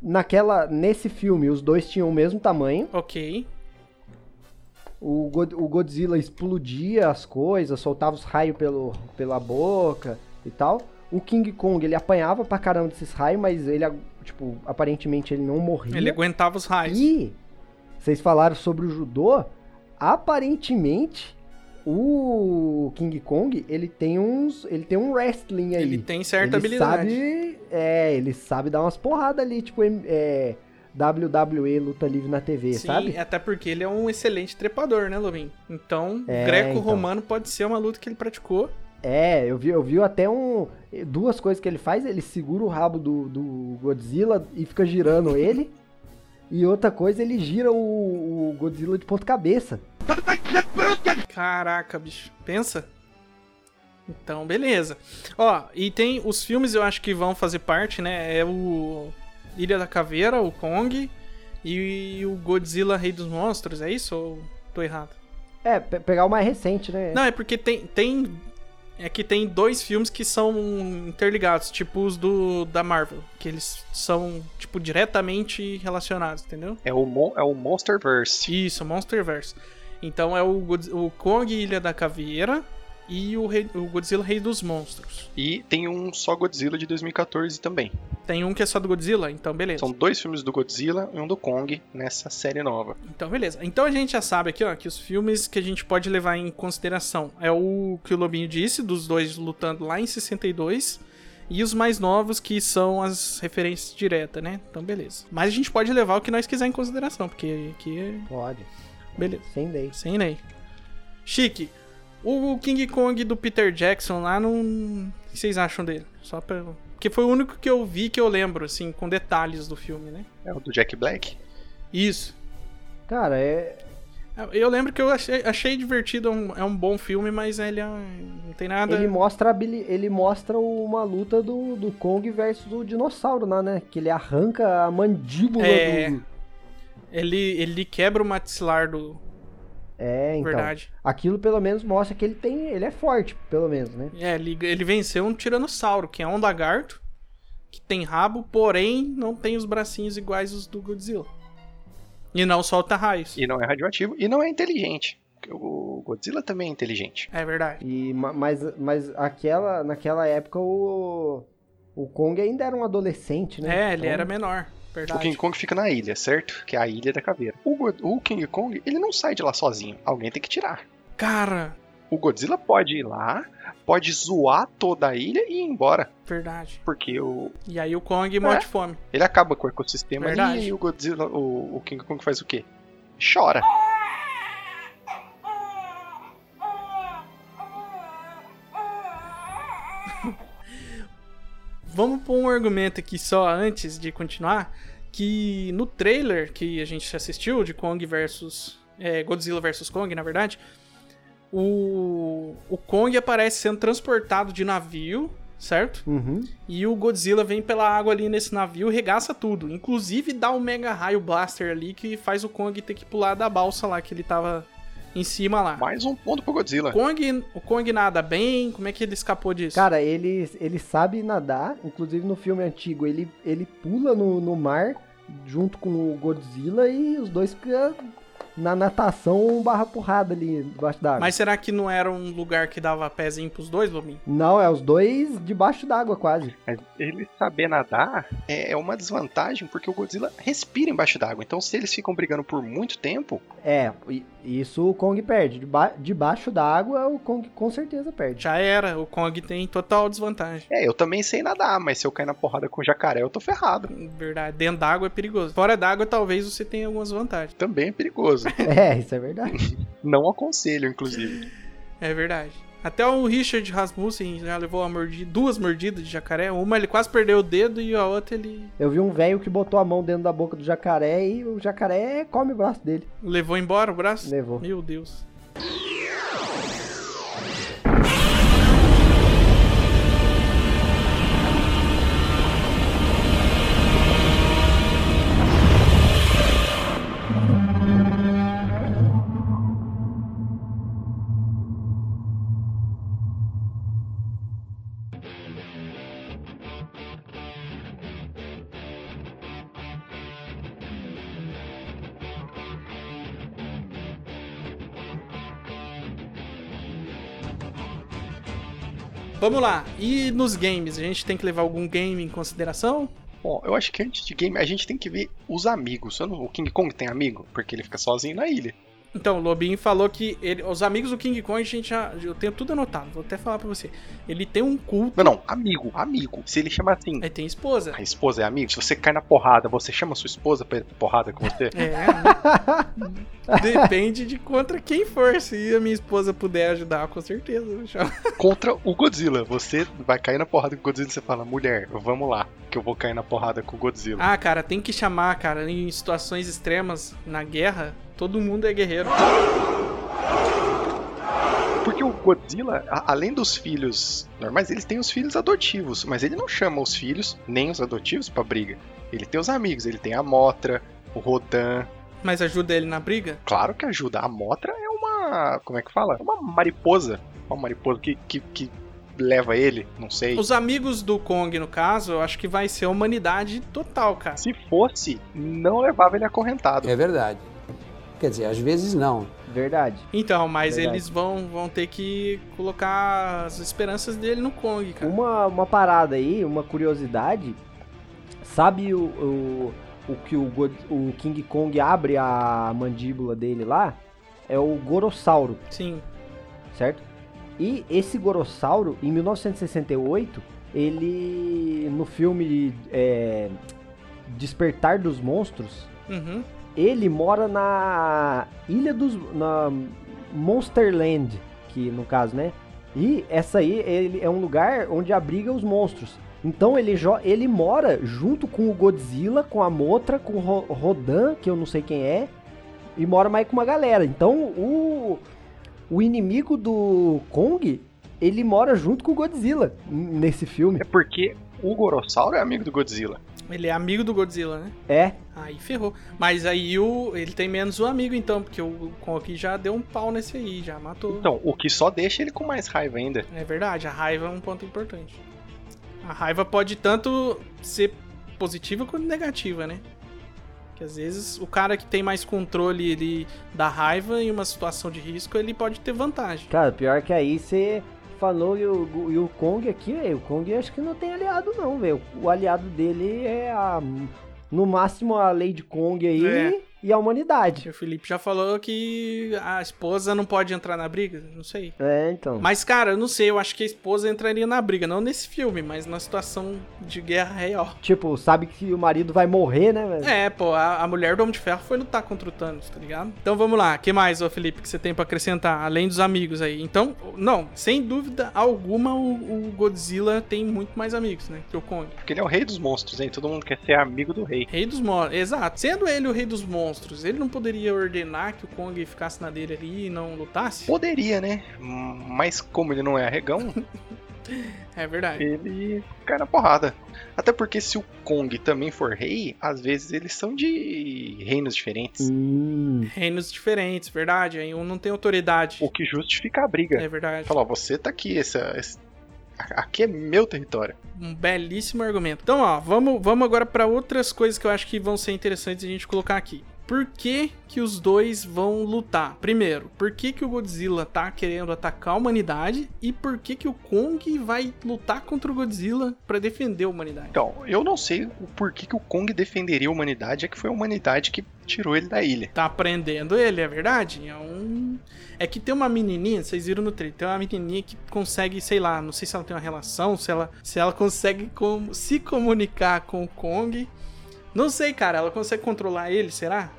S3: Naquela, nesse filme, os dois tinham o mesmo tamanho.
S5: ok.
S3: O, God- o Godzilla explodia as coisas, soltava os raios pelo, pela boca e tal. O King Kong, ele apanhava pra caramba desses raios, mas ele, a- tipo, aparentemente ele não morria.
S5: Ele é aguentava os raios.
S3: E vocês falaram sobre o judô. Aparentemente, o King Kong, ele tem uns, ele tem um wrestling aí.
S5: Ele tem certa
S3: ele
S5: habilidade.
S3: Sabe, é, ele sabe dar umas porradas ali, tipo, em- é, WWE Luta Livre na TV,
S5: Sim,
S3: sabe?
S5: até porque ele é um excelente trepador, né, Lovin? Então,
S3: É,
S5: greco-romano pode ser uma luta que ele praticou.
S3: É, eu vi, eu vi até um. Duas coisas que ele faz, ele segura o rabo do, do Godzilla e fica girando ele. E outra coisa, ele gira o, o Godzilla de ponta cabeça.
S5: Caraca, bicho. Pensa? Então, beleza. Ó, e tem os filmes eu acho que vão fazer parte, né? É o Ilha da Caveira, o Kong E o Godzilla Rei dos Monstros, é isso ou tô errado?
S3: É, pe- pegar o mais recente, né?
S5: Não, é porque tem, tem. É que tem dois filmes que são interligados, tipo os do da Marvel. Que eles são, tipo, diretamente relacionados, entendeu?
S4: É o, Mon- é o Monsterverse.
S5: Isso, Monsterverse. Então é o, Godz- o Kong Ilha da Caveira e o, Rei- o Godzilla Rei dos Monstros.
S4: E tem um só Godzilla de 2014 também.
S5: Tem um que é só do Godzilla, então beleza.
S4: São dois filmes do Godzilla e um do Kong nessa série nova.
S5: Então beleza. Então a gente já sabe aqui, ó, que os filmes que a gente pode levar em consideração é o que o Lobinho disse, dos dois lutando lá em 62. E os mais novos, que são as referências diretas, né? Então, beleza. Mas a gente pode levar o que nós quiser em consideração, porque aqui. é
S3: Pode.
S5: Beleza.
S3: Sem lei.
S5: Sem lei. Chique. O King Kong do Peter Jackson lá não. O que vocês acham dele? Só pra. Porque foi o único que eu vi que eu lembro, assim, com detalhes do filme, né?
S4: É o do Jack Black.
S5: Isso.
S3: Cara, é.
S5: Eu lembro que eu achei, achei divertido, é um, é um bom filme, mas ele é- não tem nada.
S3: Ele mostra, a habili- ele mostra uma luta do, do Kong versus o dinossauro lá, né? Que ele arranca a mandíbula
S5: É.
S3: do.
S5: Ele, ele quebra o maxilar do.
S3: É, então.
S5: Verdade.
S3: Aquilo pelo menos mostra que ele tem. Ele é forte, pelo menos, né?
S5: É, ele, ele venceu um tiranossauro, que é um lagarto, que tem rabo, porém não tem os bracinhos iguais os do Godzilla. E não solta raios.
S4: E não é radioativo e não é inteligente. Porque O Godzilla também é inteligente.
S5: É verdade.
S3: E, ma- mas mas aquela, naquela época o. O Kong ainda era um adolescente, né?
S5: É, ele
S3: Então,
S5: era menor. Verdade.
S4: O King Kong fica na ilha, certo? Que é a ilha da caveira. O, Go- o King Kong, ele não sai de lá sozinho. Alguém tem que tirar.
S5: Cara,
S4: O Godzilla pode ir lá, pode zoar toda a ilha e ir embora.
S5: verdade.
S4: Porque o,
S5: E aí o
S3: É?
S5: Kong morre de fome.
S4: ele acaba com o ecossistema
S5: Verdade.
S4: ali e o Godzilla, o, o King Kong faz o quê? Chora.
S5: Vamos pôr um argumento aqui só antes de continuar. Que no trailer que a gente assistiu de Kong versus. é, Godzilla versus Kong, na verdade. O, o Kong aparece sendo transportado de navio, certo?
S3: Uhum.
S5: E o Godzilla vem pela água ali nesse navio, regaça tudo. Inclusive dá um mega raio blaster ali que faz o Kong ter que pular da balsa lá que ele tava em cima lá.
S4: Mais um ponto pro Godzilla.
S5: Kong, o Kong nada bem, como é que ele escapou disso?
S3: Cara, ele, ele sabe nadar, inclusive no filme antigo, ele, ele pula no, no mar junto com o Godzilla e os dois ficam na natação barra porrada ali debaixo d'água.
S5: Mas será que não era um lugar que dava pezinho pros dois, Lobinho?
S3: Não, é os dois debaixo d'água quase.
S4: Mas Ele saber nadar é é uma desvantagem porque o Godzilla respira embaixo d'água. Então, se eles ficam brigando por muito tempo,
S3: É, i- isso o Kong perde. Deba- Debaixo d'água o Kong com certeza perde.
S5: Já era, o Kong tem total desvantagem.
S4: é, eu também sei nadar, mas se eu cair na porrada com o jacaré, eu tô ferrado.
S5: Verdade, dentro d'água é perigoso. Fora d'água, talvez você tenha algumas vantagens.
S4: Também é perigoso.
S3: É, isso é verdade.
S4: Não aconselho, inclusive.
S5: É verdade. Até o Richard Rasmussen já levou uma mordida, duas mordidas de jacaré. Uma ele quase perdeu o dedo e a outra ele
S3: Eu vi um velho que botou a mão dentro da boca do jacaré e o jacaré come o braço dele.
S5: levou embora o braço.
S3: Levou.
S5: Meu Deus. Vamos lá. E nos games, a gente tem que levar algum game em consideração?
S4: Bom, eu acho que antes de game a gente tem que ver os amigos. Eu não- O King Kong tem amigo? Porque ele fica sozinho na ilha.
S5: Então, o Lobinho falou que ele- os amigos do King Kong, a gente já, eu tenho tudo anotado, vou até falar pra você. Ele tem um culto,
S4: Não, não, amigo, amigo. Se ele chama assim,
S5: aí tem esposa.
S4: a esposa é amigo, se você cai na porrada, você chama sua esposa pra ir pra porrada com você?
S5: É. Depende de contra quem for. Se a minha esposa puder ajudar, com certeza. eu chamo.
S4: contra o Godzilla. Você vai cair na porrada com o Godzilla e você fala, mulher, vamos lá, que eu vou cair na porrada com o Godzilla.
S5: Ah, cara, tem que chamar, cara. Em situações extremas, na guerra, todo mundo é guerreiro.
S4: Porque o Godzilla, a- além dos filhos normais, ele tem os filhos adotivos, mas ele não chama os filhos, nem os adotivos, pra briga. Ele tem os amigos, ele tem a Motra, o Rodan.
S5: Mas ajuda ele na briga?
S4: Claro que ajuda. A Motra é uma. Como é que fala? Uma mariposa. Uma mariposa que, que, que leva ele, não sei.
S5: Os amigos do Kong, no caso, eu acho que vai ser a humanidade total, cara.
S4: Se fosse, não levava ele acorrentado.
S8: É verdade. Quer dizer, às vezes não.
S3: Verdade.
S5: Então, mas
S3: Verdade.
S5: eles vão, vão ter que colocar as esperanças dele no Kong, cara.
S3: Uma, uma parada aí, uma curiosidade. Sabe o, o, o que o, God- o King Kong abre a mandíbula dele lá? É o Gorossauro,
S5: Sim.
S3: certo? E esse Gorossauro, em 1968, ele no filme é, Despertar dos Monstros,
S5: Uhum.
S3: ele mora na Ilha dos. na Monsterland, que no caso, né? E essa aí ele é um lugar onde abriga os monstros. Então ele, jo- ele mora junto com o Godzilla, com a Motra, com o Ro- Rodan, que eu não sei quem é, e mora mais com uma galera. Então o, o inimigo do Kong, ele mora junto com o Godzilla n- nesse filme.
S4: É porque o Gorossauro é amigo do Godzilla.
S5: Ele é amigo do Godzilla, né?
S3: É,
S5: Aí ferrou. Mas aí o, ele tem menos um amigo, então, porque o Kong já deu um pau nesse aí, já matou.
S4: Então, o que só deixa ele com mais raiva ainda.
S5: É verdade, a raiva é um ponto importante. A raiva pode tanto ser positiva quanto negativa, né? Que às vezes o cara que tem mais controle ele, da raiva em uma situação de risco, ele pode ter vantagem.
S3: Cara, pior que aí você falou e o, e o Kong aqui, velho, o Kong acho que não tem aliado não, velho. O aliado dele é a, no máximo a Lady Kong aí
S5: É.
S3: e a humanidade.
S5: O Felipe já falou que a esposa não pode entrar na briga, não sei.
S3: É, então.
S5: Mas, cara, eu não sei, eu acho que a esposa entraria na briga, não nesse filme, mas na situação de guerra real.
S3: Tipo, sabe que o marido vai morrer, né, velho?
S5: É, pô, a, a mulher do Homem de Ferro foi lutar contra o Thanos, tá ligado? Então vamos lá, que mais, ô Felipe, que você tem pra acrescentar, além dos amigos aí? Então, não, sem dúvida alguma, o, o Godzilla tem muito mais amigos, né, que o Kong.
S4: Porque ele é o rei dos monstros, hein? Todo mundo quer ser amigo do rei.
S5: Rei dos monstros, exato. Sendo ele o rei dos monstros, ele não poderia ordenar que o Kong ficasse na dele ali e não lutasse?
S4: Poderia, né? Hum, Mas como ele não é arregão,
S5: É verdade.
S4: ele cai na porrada. Até porque se o Kong também for rei, às vezes eles são de reinos diferentes.
S3: Hum,
S5: Reinos diferentes, verdade, aí um não tem autoridade.
S4: O que justifica a briga.
S5: É verdade.
S4: Falar, você tá aqui, essa, esse- a- aqui é meu território.
S5: Um belíssimo argumento. Então, ó, vamos, vamos agora para outras coisas que eu acho que vão ser interessantes a gente colocar aqui. Por que, que os dois vão lutar? Primeiro, por que, que o Godzilla tá querendo atacar a humanidade? E por que, que o Kong vai lutar contra o Godzilla para defender a humanidade?
S4: Então, eu não sei o porquê que o Kong defenderia a humanidade, é que foi a humanidade que tirou ele da ilha.
S5: Tá prendendo ele, é verdade? É um. É que tem uma menininha, vocês viram no trailer, tem uma menininha que consegue, sei lá, não sei se ela tem uma relação, se ela, se ela consegue com- se comunicar com o Kong. Não sei, cara, ela consegue controlar ele, será?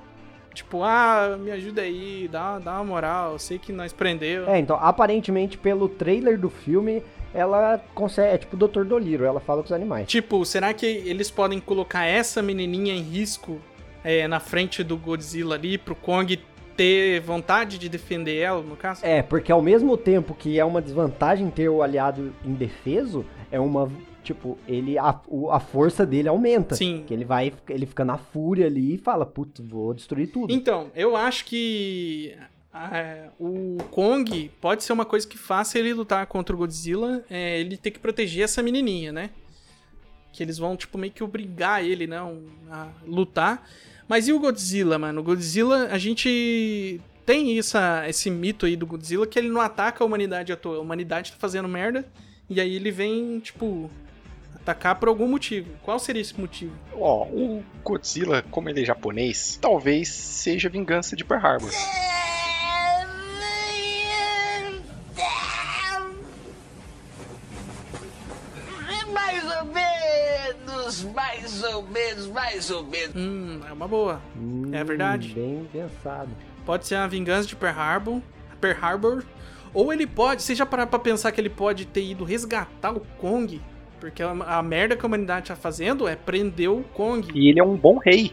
S5: Tipo, ah, me ajuda aí, dá, dá uma moral, eu sei que nós prendeu.
S3: É, então, aparentemente, pelo trailer do filme, ela consegue. É tipo o Dr. Doliro, ela fala com os animais.
S5: Tipo, será que eles podem colocar essa menininha em risco é, na frente do Godzilla ali, pro Kong ter vontade de defender ela, no caso?
S3: É, porque ao mesmo tempo que é uma desvantagem ter o aliado indefeso, é uma. Tipo, ele. A, o- a força dele aumenta.
S5: Sim,
S3: Que ele vai, ele fica na fúria ali e fala, putz, vou destruir tudo.
S5: Então, eu acho que ah, o Kong pode ser uma coisa que faça ele lutar contra o Godzilla, é, ele ter que proteger essa menininha, né? Que eles vão, tipo, meio que obrigar ele, né, um- a lutar. Mas e o Godzilla, mano? O Godzilla, a gente tem essa, esse mito aí do Godzilla que ele não ataca a humanidade à toa. A humanidade tá fazendo merda e aí ele vem, tipo, atacar por algum motivo. Qual seria esse motivo?
S4: Ó, o Godzilla, como ele é japonês, talvez seja vingança de Pearl Harbor.
S2: Mais ou menos, mais ou menos, mais ou menos.
S5: Hum, é uma boa.
S3: Hum,
S5: É verdade.
S3: Bem pensado.
S5: Pode ser uma vingança de Pearl Harbor, Pearl Harbor. Ou ele pode, você já parar pra pensar que ele pode ter ido resgatar o Kong? Porque a, a merda que a humanidade tá fazendo é prender o Kong.
S4: E ele é um bom rei.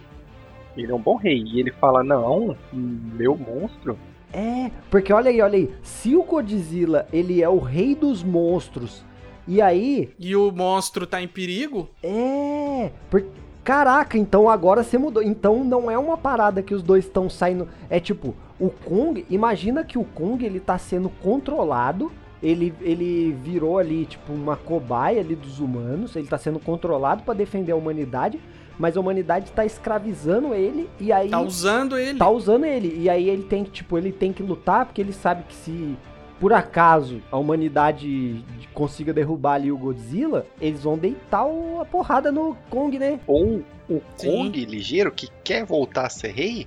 S4: Ele é um bom rei. E ele fala: Não, meu monstro.
S3: É, porque olha aí, olha aí. Se o Godzilla, ele é o rei dos monstros, e aí,
S5: E o monstro tá em perigo?
S3: é... por- Caraca, então agora você mudou. Então não é uma parada que os dois estão saindo. É tipo, o Kung. Imagina que o Kung ele tá sendo controlado. Ele, ele virou ali, tipo, uma cobaia ali dos humanos. Ele tá sendo controlado pra defender a humanidade. Mas a humanidade tá escravizando ele. E aí
S5: Tá usando ele.
S3: tá usando ele. E aí ele tem que, tipo, ele tem que lutar porque ele sabe que se por acaso a humanidade consiga derrubar ali o Godzilla, eles vão deitar o- a porrada no Kong, né?
S4: Ou o
S5: Sim.
S4: Kong ligeiro que quer voltar a ser rei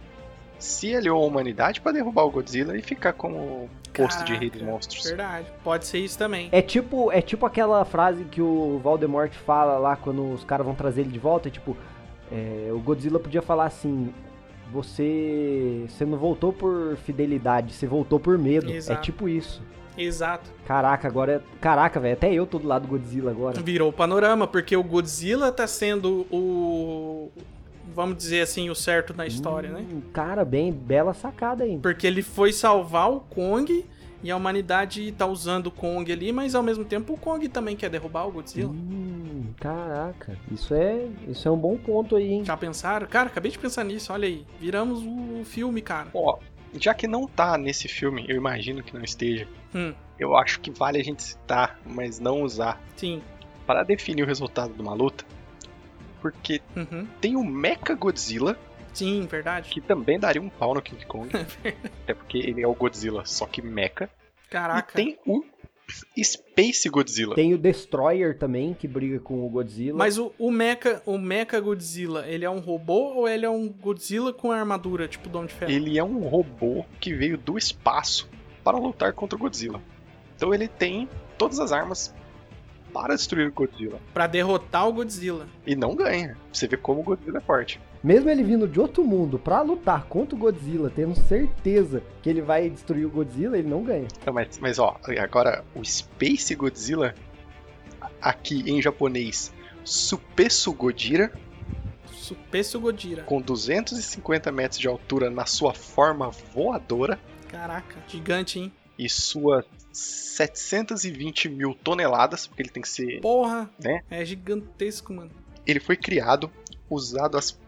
S4: se aliou à humanidade pra derrubar o Godzilla e ficar como posto de rei dos
S5: Caraca,
S4: monstros.
S5: Verdade. Pode ser isso também.
S3: É tipo, é tipo aquela frase que o Voldemort fala lá quando os caras vão trazer ele de volta, é tipo, é, o Godzilla podia falar assim, você, você não voltou por fidelidade, você voltou por medo.
S5: Exato.
S3: É tipo isso.
S5: Exato.
S3: Caraca, agora, é, caraca, velho, até eu tô do lado do Godzilla agora.
S5: Virou o panorama, porque o Godzilla tá sendo o. Vamos dizer assim, o certo na história, né?
S3: Hum, Cara, bem, bela sacada aí.
S5: Porque ele foi salvar o Kong e a humanidade tá usando o Kong ali, mas ao mesmo tempo o Kong também quer derrubar o
S4: Uhum.
S5: Godzilla.
S3: Hum, caraca, isso é, isso é um bom ponto aí, hein?
S5: Já pensaram? Cara, acabei de pensar nisso, olha aí. Viramos o filme, cara.
S4: Ó, já que não tá nesse filme, eu imagino que não esteja,
S5: Hum,
S4: eu acho que vale a gente citar, mas não usar,
S5: sim.
S4: para definir o resultado de uma luta. Porque
S5: Uhum.
S4: tem o Mecha Godzilla,
S5: Sim, verdade.
S4: que também daria um pau no King Kong. até porque ele é o Godzilla, só que Mecha.
S5: Caraca.
S4: E tem o Space Godzilla.
S3: Tem o Destroyer também, que briga com o Godzilla.
S5: Mas o, o Mecha, o Mecha Godzilla, ele é um robô ou ele é um Godzilla com armadura, tipo Dom de Ferro?
S4: Ele é um robô que veio do espaço para lutar contra o Godzilla. Então ele tem todas as armas para destruir o Godzilla.
S5: Pra derrotar o Godzilla.
S4: E não ganha. Você vê como o Godzilla é forte.
S3: Mesmo ele vindo de outro mundo pra lutar contra o Godzilla, tendo certeza que ele vai destruir o Godzilla, ele não ganha.
S4: Então, mas, mas ó, agora o Space Godzilla, aqui em japonês, Supesu Godira,
S5: Supesso Godira.
S4: com 250 metros de altura na sua forma voadora
S5: Caraca, gigante, hein?
S4: e suas 720 mil toneladas, porque ele tem que ser
S5: Porra!
S4: Né?
S5: É gigantesco, mano.
S4: ele foi criado usado as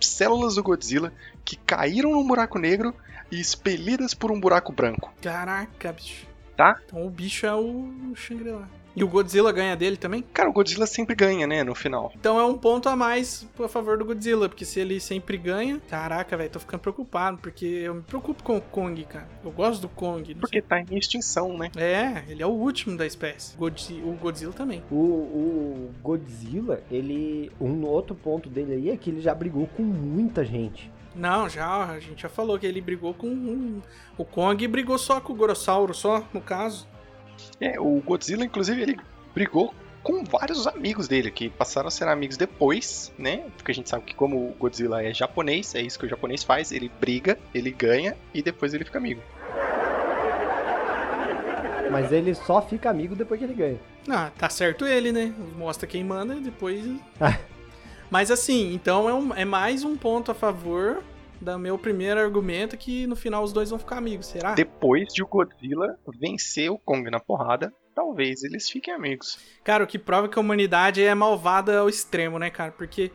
S4: células do Godzilla que caíram num buraco negro e expelidas por um buraco branco.
S5: Caraca, bicho.
S4: Tá?
S5: Então o bicho é o Shangri-La. E o Godzilla ganha dele também?
S4: Cara, o Godzilla sempre ganha, né, no final.
S5: Então é um ponto a mais a favor do Godzilla, porque se ele sempre ganha. Caraca, velho, tô ficando preocupado, porque eu me preocupo com o Kong, cara. Eu gosto do Kong. não
S4: Porque tá em extinção, né?
S5: sei- É, ele é o último da espécie. Godzi- o Godzilla também.
S3: O, o Godzilla, ele. Um outro ponto dele aí é que ele já brigou com muita gente.
S5: Não, já, a gente já falou que ele brigou com. um- o Kong brigou só com o Gorossauro, só, no caso.
S4: É, o Godzilla, inclusive, ele brigou com vários amigos dele, que passaram a ser amigos depois, né? Porque a gente sabe que como o Godzilla é japonês, é isso que o japonês faz, ele briga, ele ganha e depois ele fica amigo.
S3: Mas ele só fica amigo depois que ele ganha.
S5: Ah, tá certo ele, né? Mostra quem manda e depois.
S3: Ah.
S5: Mas assim, então é, um- é mais um ponto a favor do meu primeiro argumento que no final os dois vão ficar amigos, será?
S4: Depois de o Godzilla vencer o Kong na porrada, talvez eles fiquem amigos.
S5: Cara, o que prova que a humanidade é malvada ao extremo, né, cara? Porque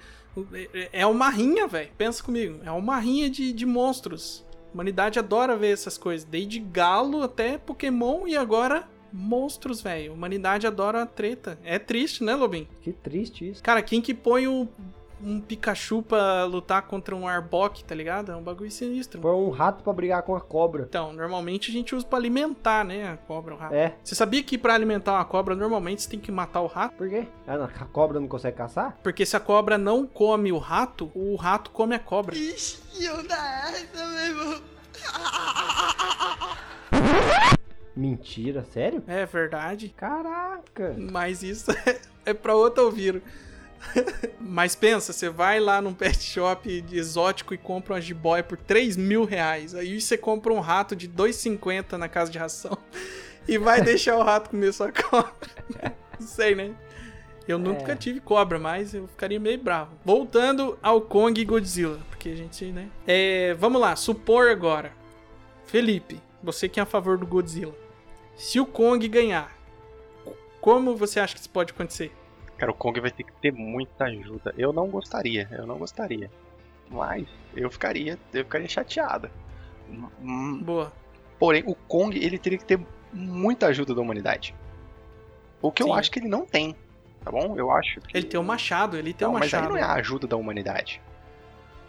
S5: é- é uma rinha, velho. Pensa comigo. É uma rinha de, de monstros. A humanidade adora ver essas coisas. Desde galo até Pokémon e agora monstros, velho. A humanidade adora a treta. É triste, né, Lobinho?
S3: Que triste isso.
S5: Cara, quem que põe o- um Pikachu pra lutar contra um Arbok, tá ligado? É um bagulho sinistro.
S3: Foi um rato pra brigar com a cobra.
S5: Então, normalmente a gente usa pra alimentar, né? A cobra, o rato.
S3: É,
S5: Você sabia que pra alimentar uma cobra, normalmente você tem que matar o rato?
S3: por quê? Ah, não, A cobra não consegue caçar?
S5: Porque se a cobra não come o rato, o rato come a cobra.
S2: E eu na também, vou.
S3: Mentira, sério?
S5: É verdade.
S3: Caraca!
S5: Mas isso é, é pra outro ouvir. Mas pensa, você vai lá num pet shop de exótico e compra uma jiboia por 3 mil reais. Aí você compra um rato de 2,50 na casa de ração e vai deixar o rato comer sua cobra. Não sei, né? Eu nunca tive cobra, mas eu ficaria meio bravo. Voltando ao Kong e Godzilla, porque a gente, né? É, vamos lá, supor agora. Felipe, você que é a favor do Godzilla. Se o Kong ganhar, como você acha que isso pode acontecer?
S4: Cara, o Kong vai ter que ter muita ajuda. Eu não gostaria, eu não gostaria. Mas eu ficaria, eu ficaria chateado. Hum,
S5: Boa.
S4: Porém, o Kong ele teria que ter muita ajuda da humanidade. O que
S5: Sim.
S4: eu acho que ele não tem, tá bom? Eu acho que
S5: Ele tem o machado, ele tem
S4: não,
S5: o
S4: mas aí
S5: machado.
S4: não é a ajuda da humanidade.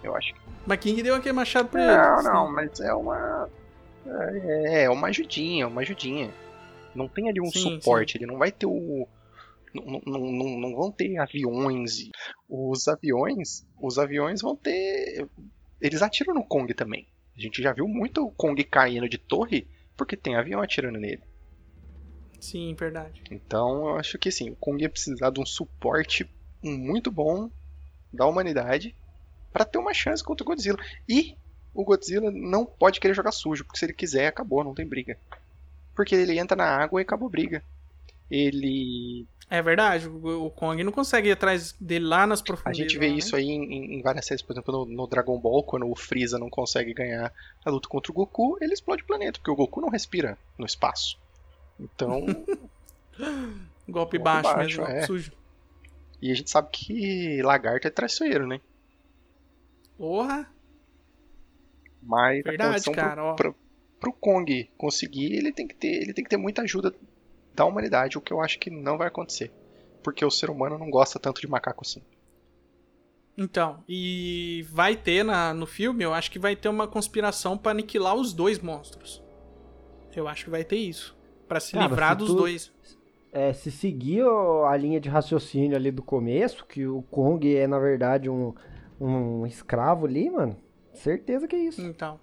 S4: Eu acho que
S5: Mas quem que deu aquele machado pra ele?
S4: não, não, mas é uma é, é uma ajudinha, uma ajudinha. Não tem ali um
S5: Sim,
S4: suporte, ele não vai ter o não, não- não, não, não vão ter aviões. e- Os aviões, os aviões vão ter eles atiram no Kong também. A gente já viu muito o Kong caindo de torre porque tem avião atirando nele.
S5: Sim, verdade.
S4: Então eu acho que assim, o Kong ia precisar de um suporte muito bom da humanidade pra ter uma chance contra o Godzilla. E o Godzilla não pode querer jogar sujo, porque se ele quiser, acabou, não tem briga. Porque ele entra na água e acabou a briga. Ele.
S5: É verdade, o, o Kong não consegue ir atrás dele lá nas
S4: A
S5: profundezas.
S4: gente vê
S5: lá, né?
S4: isso aí em, em- em várias séries, por exemplo, no, no Dragon Ball, quando o Freeza não consegue ganhar a luta contra o Goku, ele explode o planeta, porque o Goku não respira no espaço. Então,
S5: né? Golpe
S4: Golpe
S5: baixo,
S4: baixo,
S5: mesmo,
S4: é.
S5: sujo.
S4: e a gente sabe que lagarto é traiçoeiro, né?
S5: Porra,
S4: Mas a
S5: verdade,
S4: condição pro-
S5: cara, ó.
S4: pro Kong conseguir, ele tem que ter, ele tem que ter muita ajuda da humanidade, o que eu acho que não vai acontecer. Porque o ser humano não gosta tanto de macaco assim.
S5: Então, e vai ter na, no filme, eu acho que vai ter uma conspiração pra aniquilar os dois monstros. Eu acho que vai ter isso. Pra se
S3: Cara,
S5: livrar
S3: se
S5: dos
S3: tu-
S5: dois.
S3: É, se seguir o- a linha de raciocínio ali do começo, que o Kong é, na verdade, um, um escravo ali, mano, certeza que é isso.
S5: Então,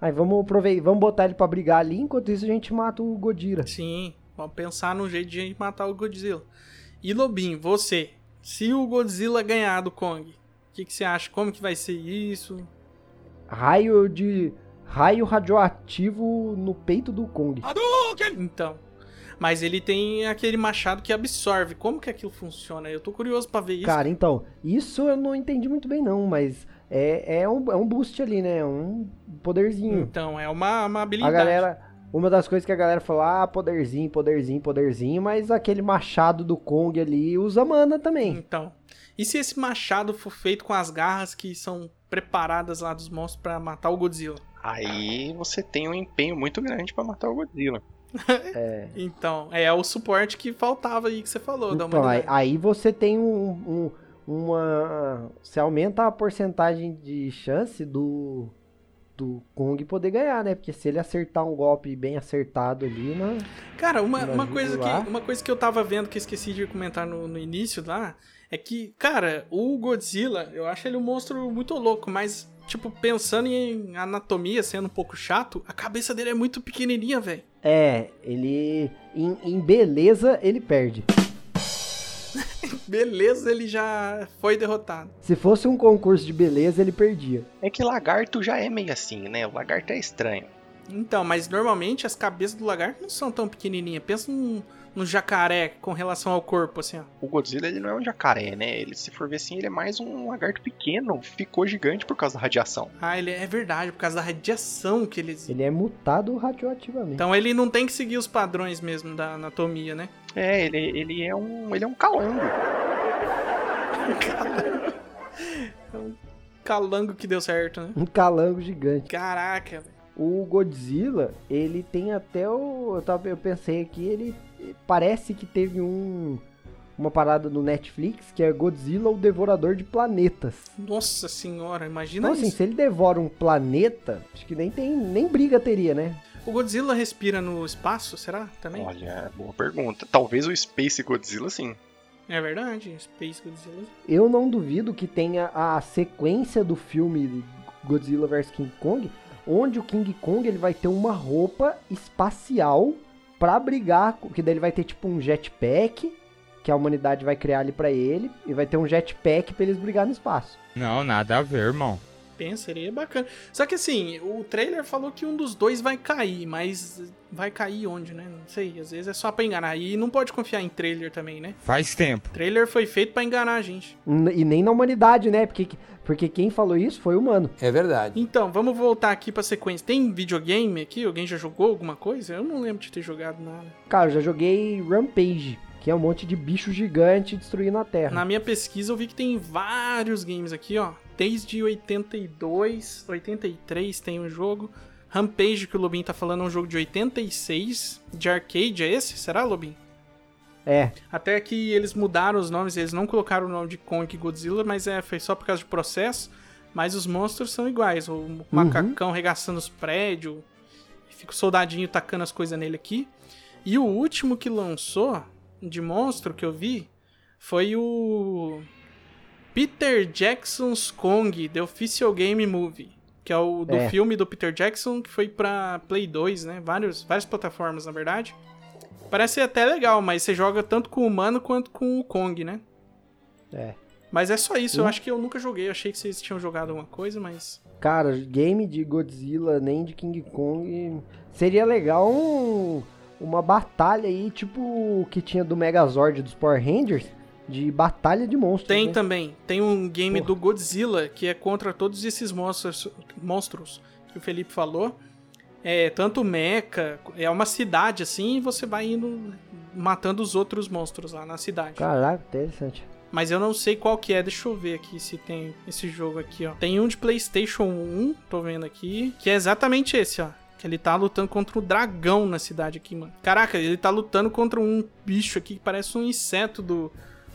S3: Aí vamos aproveitar, vamos botar ele pra brigar ali, enquanto isso a gente mata o Godira.
S5: sim, vamos pensar num jeito de a gente matar o Godzilla. E Lobinho, você, se o Godzilla ganhar do Kong, o que, que você acha? Como que vai ser isso?
S3: Raio de. Raio radioativo no peito do Kong.
S5: Então. Mas ele tem aquele machado que absorve. Como que aquilo funciona? Eu tô curioso pra ver isso.
S3: Cara, então, isso eu não entendi muito bem, não, mas é, é, um, é um boost ali, né? Um poderzinho.
S5: Então, é uma, uma
S3: A
S5: habilidade.
S3: galera. Uma das coisas que a galera fala, ah, poderzinho, poderzinho, poderzinho, mas aquele machado do Kong ali usa mana também.
S5: Então. E se esse machado for feito com as garras que são preparadas lá dos monstros pra matar o Godzilla?
S4: Aí você tem um empenho muito grande pra matar o Godzilla.
S5: Hum.
S3: É.
S5: Então, é o suporte que faltava aí que você falou da
S3: Então, aí,
S5: humanidade.
S3: aí você tem um, um- uma. Você aumenta a porcentagem de chance do. Do Kong poder ganhar, né? Porque se ele acertar um golpe bem acertado ali, né?
S5: Cara, uma,
S3: Mas
S5: uma, coisa
S3: lá-
S5: que, uma coisa que eu tava vendo que eu esqueci de comentar no, no início lá é que, cara, o Godzilla, eu acho ele um monstro muito louco, mas, tipo, pensando em anatomia, sendo um pouco chato, a cabeça dele é muito pequenininha, velho.
S3: É, ele. Em, em beleza, ele perde.
S5: Beleza, ele já foi derrotado.
S3: Se fosse um concurso de beleza, ele perdia.
S4: É que lagarto já é meio assim, né? O lagarto é estranho.
S5: Então, mas normalmente as cabeças do lagarto não são tão pequenininhas. Pensa num, num jacaré com relação ao corpo, assim, ó.
S4: O Godzilla ele não é um jacaré, né? Ele, se for ver assim, ele é mais um lagarto pequeno. Ficou gigante por causa da radiação.
S5: Ah, ele é verdade, por causa da radiação que eles.
S3: Ele é mutado radioativamente.
S5: Então ele não tem que seguir os padrões mesmo da anatomia, né?
S4: É, ele, ele é um. ele é um calango.
S5: Calango que deu certo, né?
S3: Um calango gigante.
S5: Caraca, velho.
S3: O Godzilla, ele tem até o. Eu, tava, eu pensei aqui, ele. Parece que teve um. Uma parada no Netflix que é Godzilla o Devorador de Planetas.
S5: Nossa senhora, imagina
S3: Então, assim,
S5: isso.
S3: se ele devora um planeta, acho que nem tem. Nem briga teria, né?
S5: O Godzilla respira no espaço, será? Também?
S4: Olha, boa pergunta. Talvez o Space Godzilla, sim.
S5: É verdade, Space Godzilla.
S3: Eu não duvido que tenha a sequência do filme Godzilla vs King Kong, onde o King Kong ele vai ter uma roupa espacial pra brigar, com- que daí ele vai ter tipo um jetpack que a humanidade vai criar ali pra ele e vai ter um jetpack pra eles brigar no espaço.
S9: Não, nada a ver, irmão.
S5: Pensa, seria bacana. Só que assim, o trailer falou que um dos dois vai cair, mas vai cair onde, né? Não sei, às vezes é só pra enganar. E não pode confiar em trailer também, né?
S9: Faz tempo.
S5: Trailer foi feito pra enganar a gente.
S3: N- E nem na humanidade, né? Porque porque quem falou isso foi o humano.
S8: É verdade.
S5: Então, vamos voltar aqui pra sequência. Tem videogame aqui? Alguém já jogou alguma coisa? Eu não lembro de ter jogado nada.
S3: Cara, eu já joguei Rampage. que é um monte de bicho gigante destruindo a
S9: É.
S3: Terra.
S5: Na minha pesquisa eu vi que tem vários games aqui, ó. Desde 82, 83 tem um jogo. Rampage, que o Lobin tá falando, é um jogo de 86. De arcade, é esse? Será, Lobin?
S3: É,
S5: Até que eles mudaram os nomes, eles não colocaram o nome de Kong e Godzilla, mas é, foi só por causa de processo. Mas os monstros são iguais. O macacão regaçando os prédios, fica o soldadinho tacando as coisas nele aqui. E o último que lançou de monstro que eu vi foi o Peter Jackson's Kong, The Official Game Movie. Que é o do
S3: É.
S5: filme do Peter Jackson, que foi pra Play 2, né? Vários, várias plataformas, na verdade. Parece ser até legal, mas você joga tanto com o humano quanto com o Kong, né?
S3: é.
S5: Mas é só isso, eu
S3: Hum.
S5: acho que eu nunca joguei, eu achei que vocês tinham jogado alguma coisa, mas.
S3: Cara, game de Godzilla, nem de King Kong. Seria legal um- uma batalha aí, tipo o que tinha do Megazord dos Power Rangers, de batalha de monstros.
S5: Tem
S3: né?
S5: também, tem um game
S3: Porra.
S5: do Godzilla que é contra todos esses monstros, monstros que o Felipe falou. É, tanto mecha, é uma cidade assim, e você vai indo matando os outros monstros lá na cidade.
S3: Caraca, interessante.
S5: Mas eu não sei qual que é, deixa eu ver aqui se tem esse jogo aqui, ó. Tem um de PlayStation 1, tô vendo aqui, que é exatamente esse, ó. Que ele tá lutando contra o dragão na cidade aqui, mano. Caraca, ele tá lutando contra um bicho aqui que parece um inseto do.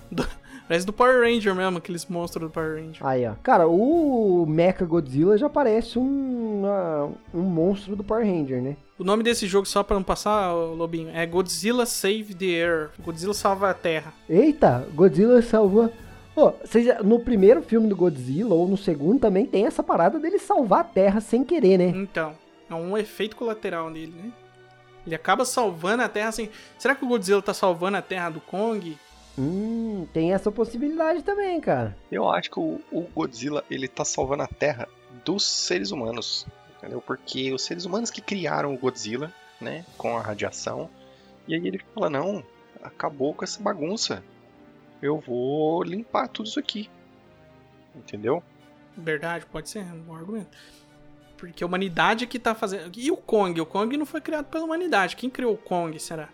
S5: do- parece do Power Ranger mesmo, aqueles monstros do Power Ranger.
S3: Aí, ó. Cara, o Mecha Godzilla já parece um, uma- um monstro do Power Ranger, né?
S5: O nome desse jogo, só pra não passar, ô, Lobinho, é Godzilla Save the Earth. Godzilla salva a Terra.
S3: Eita, Godzilla salvou. Pô, vocês já- no primeiro filme do Godzilla, ou no segundo, também tem essa parada dele salvar a Terra sem querer, né?
S5: Então, é um efeito colateral nele, né? Ele acaba salvando a Terra assim. Será que o Godzilla tá salvando a Terra do Kong?
S3: Hum, tem essa possibilidade também, cara.
S4: Eu acho que o, o Godzilla ele tá salvando a Terra dos seres humanos, entendeu? Porque os seres humanos que criaram o Godzilla, né, com a radiação, e aí ele fala não, acabou com essa bagunça, eu vou limpar tudo isso aqui, entendeu?
S5: Verdade, pode ser um bom argumento. Porque a humanidade que tá fazendo. E o Kong? O Kong não foi criado pela humanidade. Quem criou o Kong, será?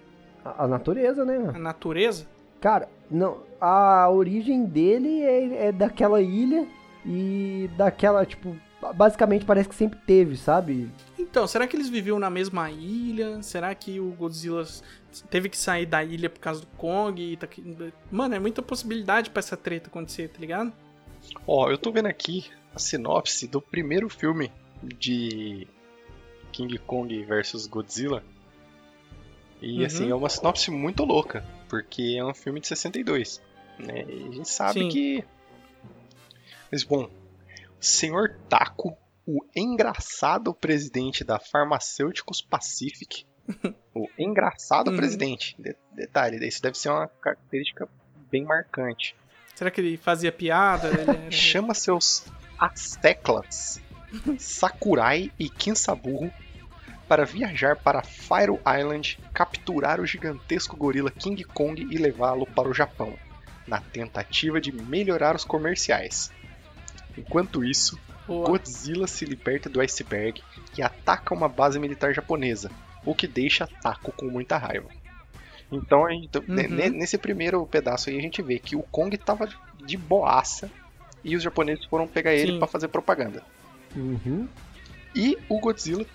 S3: A, a natureza, né?
S5: A natureza?
S3: Cara, não. A origem dele é, é daquela ilha e daquela, tipo, basicamente parece que sempre teve, sabe?
S5: Então, será que eles viviam na mesma ilha? Será que o Godzilla s- teve que sair da ilha por causa do Kong? e tá aqui- Mano, é muita possibilidade pra essa treta acontecer, tá ligado?
S4: Ó, eu tô vendo aqui a sinopse do primeiro filme de King Kong versus Godzilla. E
S5: Uhum.
S4: assim, é uma sinopse muito louca, porque é um filme de 62, né? E a gente sabe
S5: Sim.
S4: que Mas bom, o Sr. Taco, o engraçado presidente da Farmacêuticos Pacific, o engraçado
S5: Uhum.
S4: presidente. De- detalhe, isso deve ser uma característica bem marcante
S5: Será que ele fazia piada? Ele era-
S4: chama seus Azteclas, Sakurai e Kinsaburro para viajar para Fire Island, capturar o gigantesco gorila King Kong e levá-lo para o Japão, na tentativa de melhorar os comerciais. Enquanto isso,
S5: Boa.
S4: Godzilla se liberta do iceberg e ataca uma base militar japonesa, o que deixa Taco com muita raiva. Então, a gente- ne- ne- nesse primeiro pedaço aí, a gente vê que o Kong tava de boaça e os japoneses foram pegar ele
S5: Sim.
S4: pra fazer propaganda.
S3: Uhum.
S4: E o Godzilla.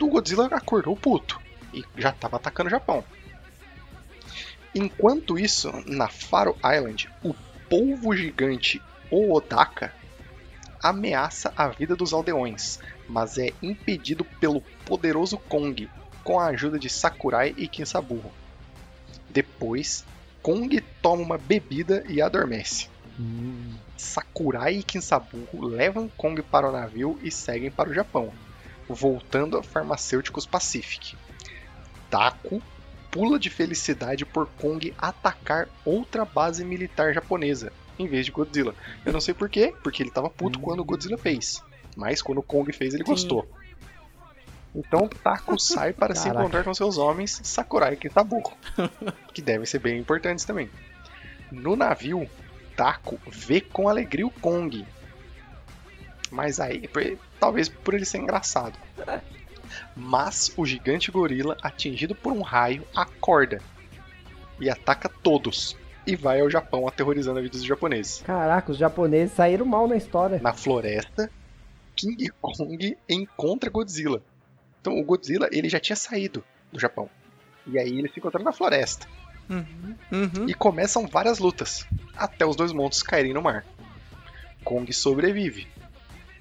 S4: O Godzilla acordou puto e já tava atacando o Japão. Enquanto isso, na Faro Island, o polvo gigante Oodaka ameaça a vida dos aldeões, mas é impedido pelo poderoso Kong com a ajuda de Sakurai e Kinsaburro. Depois, Kong toma uma bebida e adormece. Sakurai e Kinsaburro levam Kong para o navio e seguem para o Japão, voltando a Farmacêuticos Pacific. Taku pula de felicidade por Kong atacar outra base militar japonesa, em vez de Godzilla. Eu não sei porquê, porque ele tava puto quando o Godzilla fez, mas quando o Kong fez ele
S5: Sim.
S4: gostou. Então Taku sai para se
S3: Caraca.
S4: encontrar com seus homens, Sakurai e Kinsaburro, que devem ser bem importantes também. No navio, Taco vê com alegria o Kong. Mas aí, por- talvez por ele ser engraçado. Mas o gigante gorila, atingido por um raio, acorda e ataca todos. E vai ao Japão aterrorizando a vida dos japoneses.
S3: Caraca, os japoneses saíram mal na história.
S4: Na floresta, King Kong encontra Godzilla. Então o Godzilla ele já tinha saído do Japão. E aí eles se encontraram na floresta.
S5: Uhum, uhum.
S4: E começam várias lutas, até os dois monstros caírem no mar. Kong sobrevive,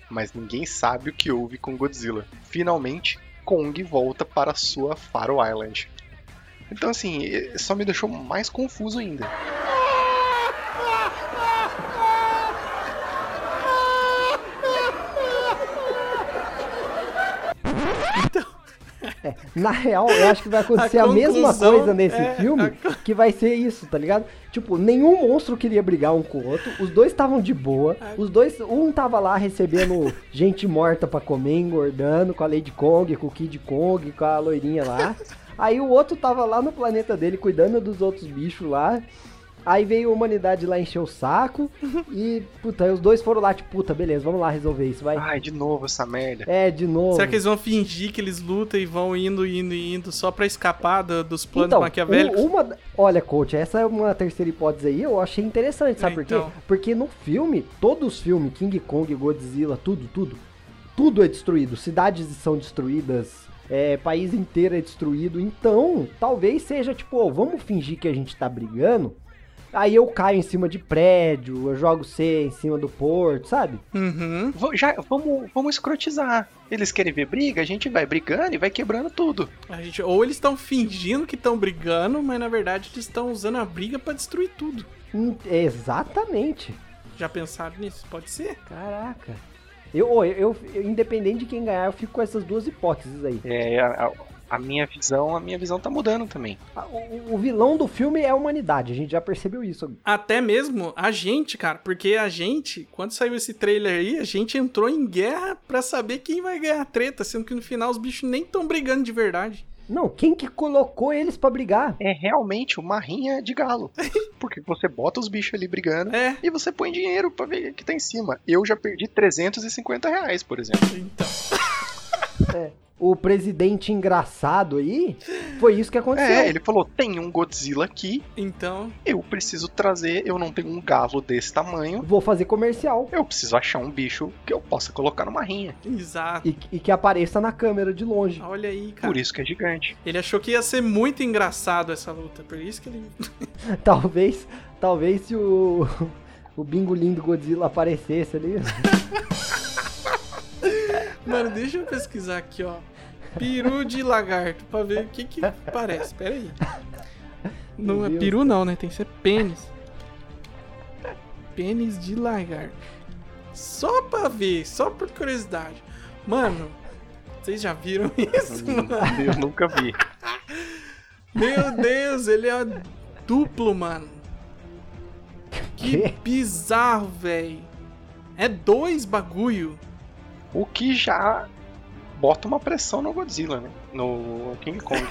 S4: mas ninguém sabe o que houve com Godzilla. Finalmente, Kong volta para sua Faro Island. Então, assim, eh, só me deixou mais confuso ainda.
S3: Na real, eu acho que vai acontecer a, mesma
S5: conclusão
S3: coisa nesse
S5: é-
S3: filme, que vai ser isso, tá ligado? Tipo, nenhum monstro queria brigar um com o outro, os dois estavam de boa,
S5: É.
S3: os dois, um tava lá recebendo gente morta pra comer, engordando, com a Lady Kong, com o Kid Kong, com a loirinha lá. Aí o outro tava lá no planeta dele, cuidando dos outros bichos lá. Aí veio a humanidade lá encher o saco e, puta, aí os dois foram lá, tipo, puta, beleza, vamos lá resolver isso,
S5: Ah.
S3: vai.
S4: Ai, de novo essa merda.
S3: É, de novo.
S5: Será que eles vão fingir que eles lutam e vão indo, indo, indo só pra escapar do- dos planos
S3: Então,
S5: maquiavélicos?
S3: um- uma, olha, coach, essa é uma terceira hipótese aí, eu achei interessante, sabe por
S5: Então.
S3: quê? Porque no filme, todos os filmes, King Kong, Godzilla, tudo, tudo, tudo é destruído, cidades são destruídas, é, país inteiro é destruído, então, talvez seja tipo, ó, vamos fingir que a gente tá brigando, aí eu caio em cima de prédio, eu jogo C em cima do porto, sabe?
S5: Uhum.
S4: V- já, vamos, vamos escrotizar. Eles querem ver briga, a gente vai brigando e vai quebrando tudo.
S5: A gente, ou eles estão fingindo que estão brigando, mas na verdade eles estão usando a briga pra destruir tudo.
S3: Hum, Exatamente.
S5: Já pensaram nisso? Pode ser.
S3: Caraca. Eu, ô, eu, eu, independente de quem ganhar, eu fico com essas duas hipóteses aí.
S4: É, a, a- a minha visão, a minha visão tá mudando também.
S3: Ah, O, o vilão do filme é a humanidade, a gente já percebeu isso.
S5: Até mesmo a gente, cara, porque a gente, quando saiu esse trailer aí, a gente entrou em guerra pra saber quem vai ganhar a treta, sendo que no final os bichos nem estão brigando de verdade.
S3: Não, quem que colocou eles pra brigar?
S4: É realmente uma rinha de galo. Porque você bota os bichos ali brigando
S5: É,
S4: e você põe dinheiro pra ver o que tá em cima. Eu já perdi 350 reais, por exemplo.
S5: então.
S3: O presidente engraçado aí, foi isso que aconteceu.
S4: É, ele falou: tem um Godzilla aqui,
S5: Então,
S4: eu preciso trazer, eu não tenho um galo desse tamanho.
S3: Vou fazer comercial
S4: Eu preciso achar um bicho que eu possa colocar numa rinha.
S5: exato.
S3: e, e que apareça na câmera de longe.
S5: Olha aí, cara.
S4: Por isso que é gigante.
S5: Ele achou que ia ser muito engraçado essa luta, é por isso que ele.
S3: Talvez, talvez se o, o bingo lindo Godzilla aparecesse ali.
S5: Mano, deixa eu pesquisar aqui, ó. Peru de lagarto, pra ver o que que parece. Pera aí. Não
S3: Meu
S5: é
S3: Deus,
S5: peru, não, né? Tem que ser pênis. Pênis de lagarto. Só pra ver, só por curiosidade. Mano, vocês já viram isso, mano?
S4: Eu nunca vi.
S5: Meu Deus, ele é duplo, mano. Que
S3: Quê?
S5: bizarro, velho. É dois bagulho.
S4: O que já bota uma pressão no Godzilla, né? No King Kong.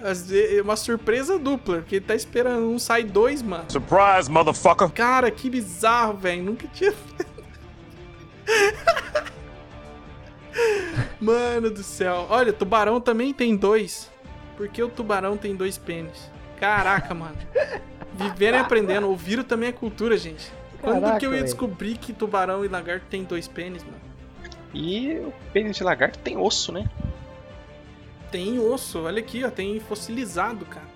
S5: Às ve- É uma surpresa dupla, porque ele tá esperando um sai dois, mano.
S6: Surprise, motherfucker.
S5: Cara, que bizarro, velho. Nunca tinha. mano do céu. Olha, tubarão também tem dois. Por que o tubarão tem dois pênis? Caraca, mano. Vivendo e aprendendo. O vírus também é cultura, gente. Quando
S3: Caraca,
S5: que eu ia
S3: velho.
S5: descobrir que tubarão e lagarto tem dois pênis, mano?
S4: E o pênis de lagarto tem osso, né?
S5: Tem osso, olha aqui, ó. Tem fossilizado, cara.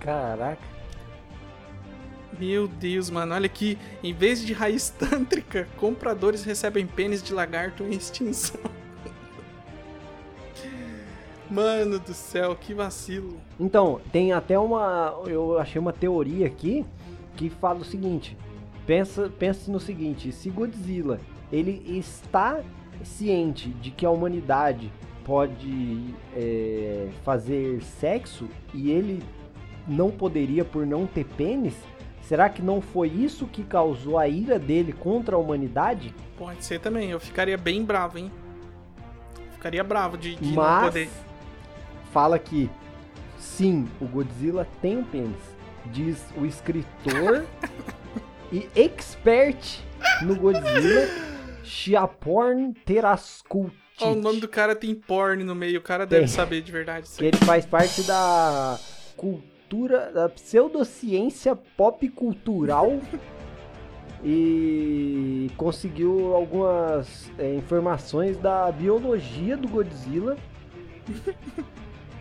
S3: Caraca.
S5: Meu Deus, mano, olha aqui. Em vez de raiz tântrica, compradores recebem pênis de lagarto em extinção. Mano do céu, que vacilo.
S3: Então, tem até uma. Eu achei uma teoria aqui que fala o seguinte: pensa, pensa no seguinte, se Godzilla ele está ciente de que a humanidade pode é, fazer sexo e ele não poderia por não ter pênis, será que não foi isso que causou a ira dele contra a humanidade?
S5: Pode ser também, eu ficaria bem bravo, hein? Ficaria bravo de, de não
S3: Mas
S5: poder.
S3: fala que sim, o Godzilla tem um pênis. Diz o escritor e expert no Godzilla, Shiaporn Teraskult.
S5: Ó, o nome do cara tem porn no meio, o cara
S3: Tem.
S5: deve saber de verdade. isso
S3: Que
S5: aí.
S3: ele faz parte da cultura, da pseudociência pop cultural e conseguiu algumas é, informações da biologia do Godzilla.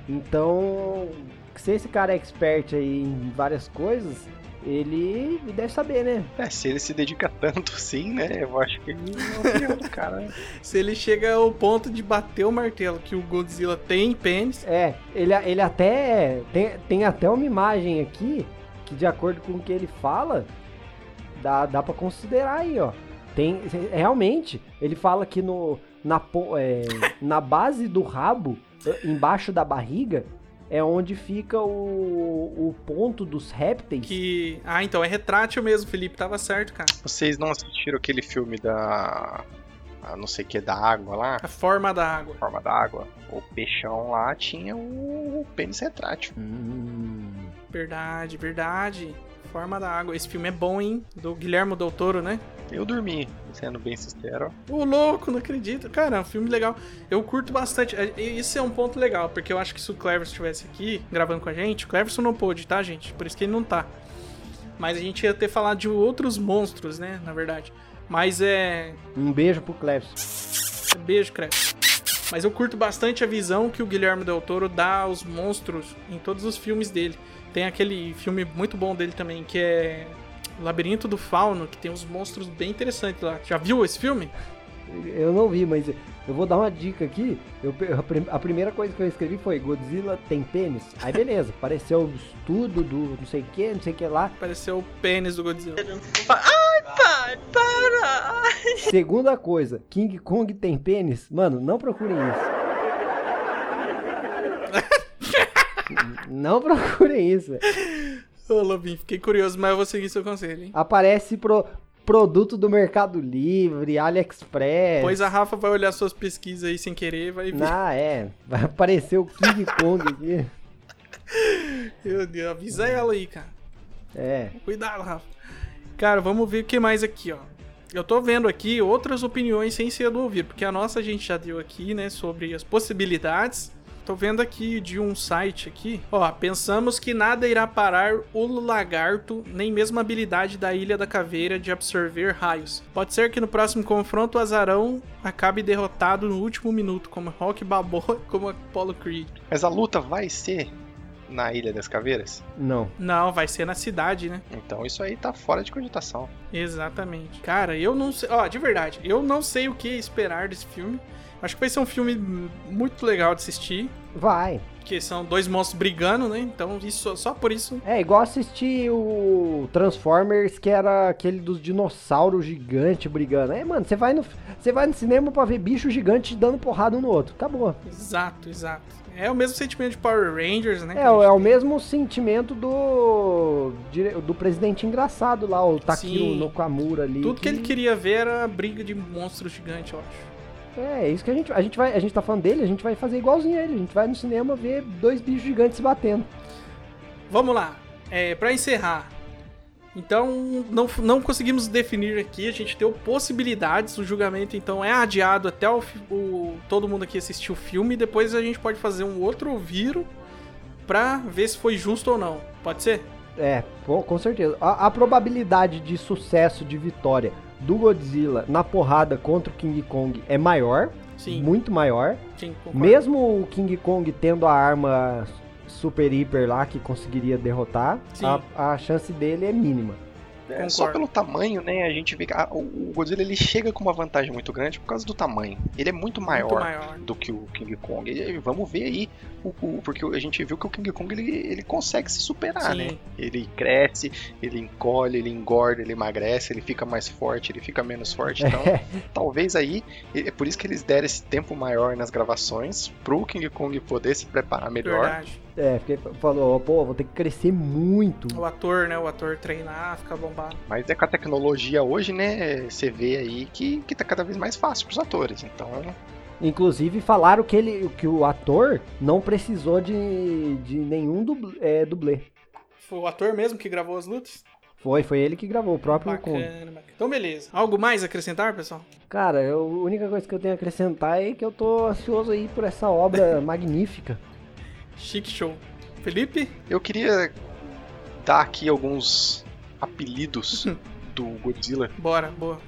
S3: Então, se esse cara é expert aí em várias coisas, ele deve saber, né?
S4: É, se ele se dedica tanto assim, né? Eu acho que ele é o opinião do cara. né?
S5: Se ele chega ao ponto de bater o martelo que o Godzilla tem em pênis,
S3: É, ele, ele até. Tem, tem até uma imagem aqui que, de acordo com o que ele fala, dá, dá pra considerar aí, ó. Tem, realmente, ele fala que no, na, po- é, na base do rabo, embaixo da barriga, é onde fica o, o ponto dos répteis.
S5: que. Ah, então é retrátil mesmo, Felipe. Tava certo, cara.
S4: Vocês não assistiram aquele filme da. ah, não sei o que, da água lá?
S5: A forma da água.
S4: Forma da água. O peixão lá tinha o pênis retrátil.
S5: Verdade, verdade. Forma da água. Esse filme é bom, hein? Do Guilherme Del Toro, né?
S4: Eu dormi, sendo bem sincero.
S5: Ô, louco, não acredito. Cara, é um filme legal. Eu curto bastante. É, e Isso é um ponto legal, porque eu acho que se o Cleverson estivesse aqui gravando com a gente, o Cleverson não pôde, tá, gente? Por isso que ele não tá. Mas a gente ia ter falado de outros monstros, né? Na verdade. Mas é.
S3: Um beijo pro Clefson.
S5: Beijo, Cleverson. Mas eu curto bastante a visão que o Guilherme Del Toro dá aos monstros em todos os filmes dele. Tem aquele filme muito bom dele também, que é. Labirinto do Fauno, que tem uns monstros bem interessantes lá. Já viu esse filme?
S3: Eu não vi, mas eu vou dar uma dica aqui. Eu pe- a prim- a primeira coisa que eu escrevi foi Godzilla tem pênis. Aí beleza, apareceu o estudo do não sei o que, não sei o que lá.
S5: Pareceu o pênis do Godzilla.
S3: Segunda coisa, King Kong tem pênis? Mano, não procurem isso. Não procurem isso.
S5: Ô, Lobinho, fiquei curioso, mas eu vou seguir seu conselho, hein?
S3: Aparece pro produto do Mercado Livre, AliExpress.
S5: Pois a Rafa vai olhar suas pesquisas aí sem querer e vai ver.
S3: Ah, é. Vai aparecer o King Kong aqui.
S5: Meu Deus, avisa ela aí, cara.
S3: É.
S5: Cuidado, Rafa. Cara, vamos ver o que mais aqui, ó. Eu tô vendo aqui outras opiniões sem ser do ouvir, porque a nossa a gente já deu aqui, né, sobre as possibilidades. Tô vendo aqui de um site aqui. Ó, pensamos que nada irá parar o lagarto, nem mesmo a habilidade da Ilha da Caveira de absorver raios. Pode ser que no próximo confronto o azarão acabe derrotado no último minuto, como Rock Balboa, como Apollo Creed.
S4: Mas a luta vai ser na Ilha das Caveiras?
S3: Não.
S5: Não, vai ser na cidade, né?
S4: Então isso aí tá fora de cogitação.
S5: Exatamente. Cara, eu não sei. Ó, de verdade, eu não sei o que esperar desse filme. Acho que vai ser um filme m- muito legal de assistir.
S3: Vai.
S5: Porque são dois monstros brigando, né? Então, isso, só por isso.
S3: É igual assistir o Transformers, que era aquele dos dinossauros gigante brigando. É, mano, você vai no você vai no cinema pra ver bicho gigante dando porrada um no outro. Acabou.
S5: Exato, exato. É o mesmo sentimento de Power Rangers, né?
S3: É, é o mesmo sentimento do dire- do presidente engraçado lá, o Takiro
S5: Sim.
S3: Nokamura ali.
S5: Tudo que ele queria ver era a briga de monstros gigantes, eu acho.
S3: É, isso que a gente a gente vai a gente tá falando dele, a gente vai fazer igualzinho a ele. A gente vai no cinema ver dois bichos gigantes se batendo.
S5: Vamos lá. É, pra encerrar. Então, não, não conseguimos definir aqui, a gente deu possibilidades, o julgamento então é adiado até o, fi- o- todo mundo aqui assistir o filme, e depois a gente pode fazer um outro viro pra ver se foi justo ou não. Pode ser?
S3: É, com com certeza. A, a probabilidade de sucesso de vitória do Godzilla na porrada contra o King Kong é maior,
S5: Sim.
S3: muito maior.
S5: sim, concordo.
S3: Mesmo o King Kong tendo a arma super hiper lá que conseguiria derrotar,
S5: Sim.
S3: a, a chance dele é mínima.
S4: É, só
S5: Concordo.
S4: pelo tamanho, né? A gente vê que a- o o Godzilla ele chega com uma vantagem muito grande por causa do tamanho. Ele é muito maior,
S5: Muito maior.
S4: do que o King Kong. E aí, vamos ver aí, o- o- porque a gente viu que o King Kong ele, ele consegue se superar,
S5: Sim.
S4: né? Ele cresce, ele encolhe, ele engorda, ele emagrece, ele fica mais forte, ele fica menos forte. Então, talvez aí, é por isso que eles deram esse tempo maior nas gravações, pro King Kong poder se preparar melhor.
S5: Verdade.
S3: É, porque falou, pô, vou ter que crescer muito.
S5: O ator, né? O ator treinar, ficar bombado.
S4: Mas é com a tecnologia hoje, né? Você vê aí que, que tá cada vez mais fácil pros atores. Então,
S3: Inclusive falaram que ele, que o ator não precisou de, de nenhum dubl- é, dublê.
S5: Foi o ator mesmo que gravou as lutas?
S3: Foi, foi ele que gravou o próprio Kong.
S5: Bacana, bacana. Então, beleza. Algo mais a acrescentar, pessoal?
S3: Cara, eu- a única coisa que eu tenho a acrescentar é que eu tô ansioso aí por essa obra magnífica.
S5: Chique show. Felipe?
S4: Eu queria dar aqui alguns apelidos do Godzilla,
S5: Bora, boa.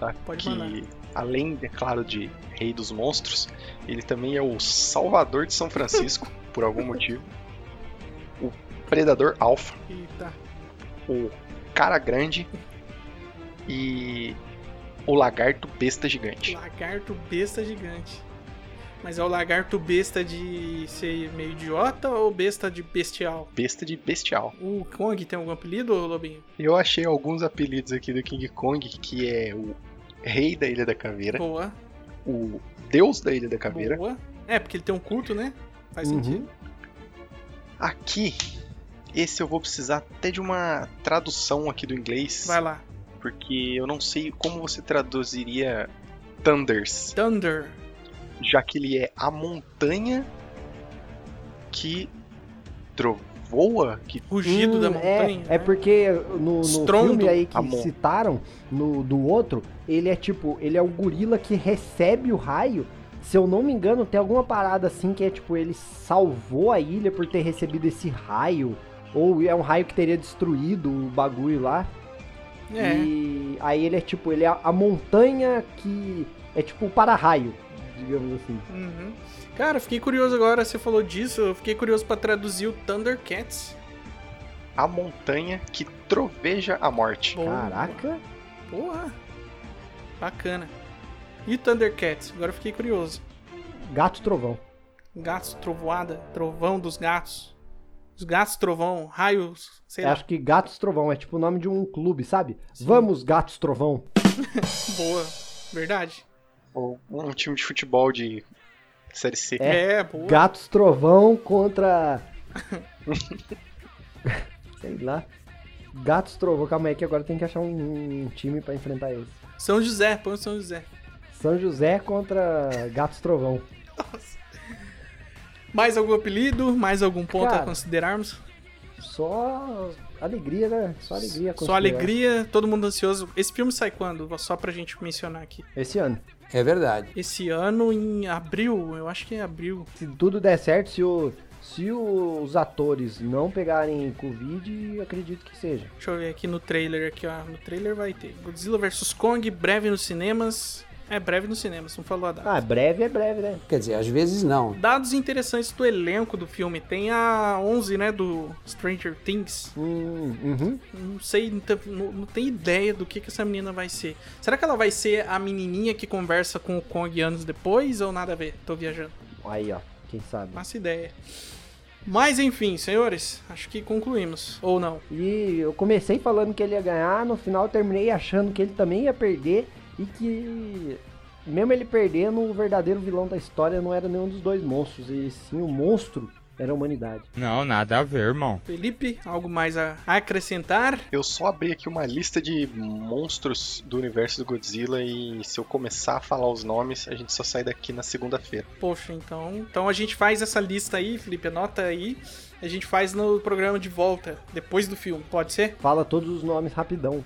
S4: tá?
S5: Pode
S4: que
S5: mandar.
S4: além, é claro, de Rei dos Monstros, ele também é o Salvador de São Francisco, por algum motivo. O Predador Alpha,
S5: Eita.
S4: o Cara Grande e o Lagarto Besta Gigante.
S5: Lagarto besta gigante. Mas é o lagarto besta de ser meio idiota ou besta de bestial?
S4: Besta de Bestial.
S5: O Kong tem algum apelido, Lobinho?
S4: Eu achei alguns apelidos aqui do King Kong, que é o Rei da Ilha da
S3: Né?
S4: Caveira,
S5: Boa,
S4: o Deus da Ilha da Caveira.
S5: boa. É, porque ele tem um culto, né? Faz
S3: Uhum.
S5: sentido.
S4: Aqui, esse eu vou precisar até de uma tradução aqui do inglês,
S5: Vai lá.
S4: porque eu não sei como você traduziria Thunders,
S5: Thunder.
S4: já que ele é a montanha que trovoa, que
S5: Rugido
S3: Hum,
S5: da
S3: é,
S5: montanha.
S3: É,
S5: né?
S3: porque no, no
S5: Estrondo.
S3: filme aí que
S4: Amor.
S3: citaram, no, do outro, ele é tipo, ele é o gorila que recebe o raio. Se eu não me engano, tem alguma parada assim que é tipo, ele salvou a ilha por ter recebido esse raio. Ou é um raio que teria destruído o bagulho lá.
S5: É.
S3: E aí ele é tipo, ele é a, a montanha que é tipo o para-raio, digamos assim.
S5: Uhum. Cara, fiquei curioso agora, você falou disso, eu fiquei curioso pra traduzir o Thundercats.
S4: a montanha que troveja a morte.
S5: Boa.
S3: Caraca.
S5: Boa. Bacana. E Thundercats? Agora eu fiquei curioso.
S3: Gato Trovão.
S5: Gatos, trovoada, trovão dos gatos. Os gatos, trovão, raios, sei
S3: Eu
S5: lá.
S3: acho que Gatos Trovão é tipo o nome de um clube, sabe? Vamos, Gatos Trovão.
S5: Boa. Verdade?
S4: Ou um time de futebol de série C.
S5: É, boa.
S3: Gatos Trovão contra. Sei lá. Gatos Trovão, calma aí que agora tem que achar um, um time pra enfrentar eles.
S5: São José, põe o São José.
S3: São José contra Gatos Trovão.
S5: Mais algum apelido? Mais algum ponto a
S3: Cara,
S5: considerarmos?
S3: Só alegria, né? Só alegria.
S5: Só
S3: considerar.
S5: alegria, todo mundo ansioso. Esse filme sai quando? Só pra gente mencionar aqui.
S3: Esse ano.
S8: É verdade.
S5: Esse ano, em abril, eu acho que é abril.
S3: Se tudo der certo, se, o- se os atores não pegarem Covid, acredito que seja.
S5: Deixa eu ver aqui no trailer aqui, ó. No trailer vai ter. Godzilla vs Kong, breve nos cinemas. É breve nos cinemas, não falou a data.
S3: Ah, breve é breve, né?
S8: Quer dizer, às vezes não.
S5: Dados interessantes do elenco do filme. Tem a 11, né, do Stranger Things.
S3: Hum, uhum.
S5: Não sei, não tem- não não tenho ideia do que, que essa menina vai ser. Será que ela vai ser a menininha que conversa com o Kong anos depois ou nada a ver? Tô viajando.
S3: Aí, ó. Quem sabe?
S5: Faço ideia. Mas enfim, senhores, acho que concluímos. Ou não.
S3: E eu comecei falando que ele ia ganhar, no final eu terminei achando que ele também ia perder e que mesmo ele perdendo, o verdadeiro vilão da história não era nenhum dos dois monstros, e sim o monstro era a humanidade.
S9: Não, nada a ver, irmão.
S5: Felipe, algo mais a acrescentar?
S4: Eu só abri aqui uma lista de monstros do universo do Godzilla e se eu começar a falar os nomes, a gente só sai daqui na segunda-feira.
S5: Poxa, então. Então a gente faz essa lista aí, Felipe, anota aí. A gente faz no programa de volta, depois do filme, pode ser?
S3: Fala todos os nomes rapidão.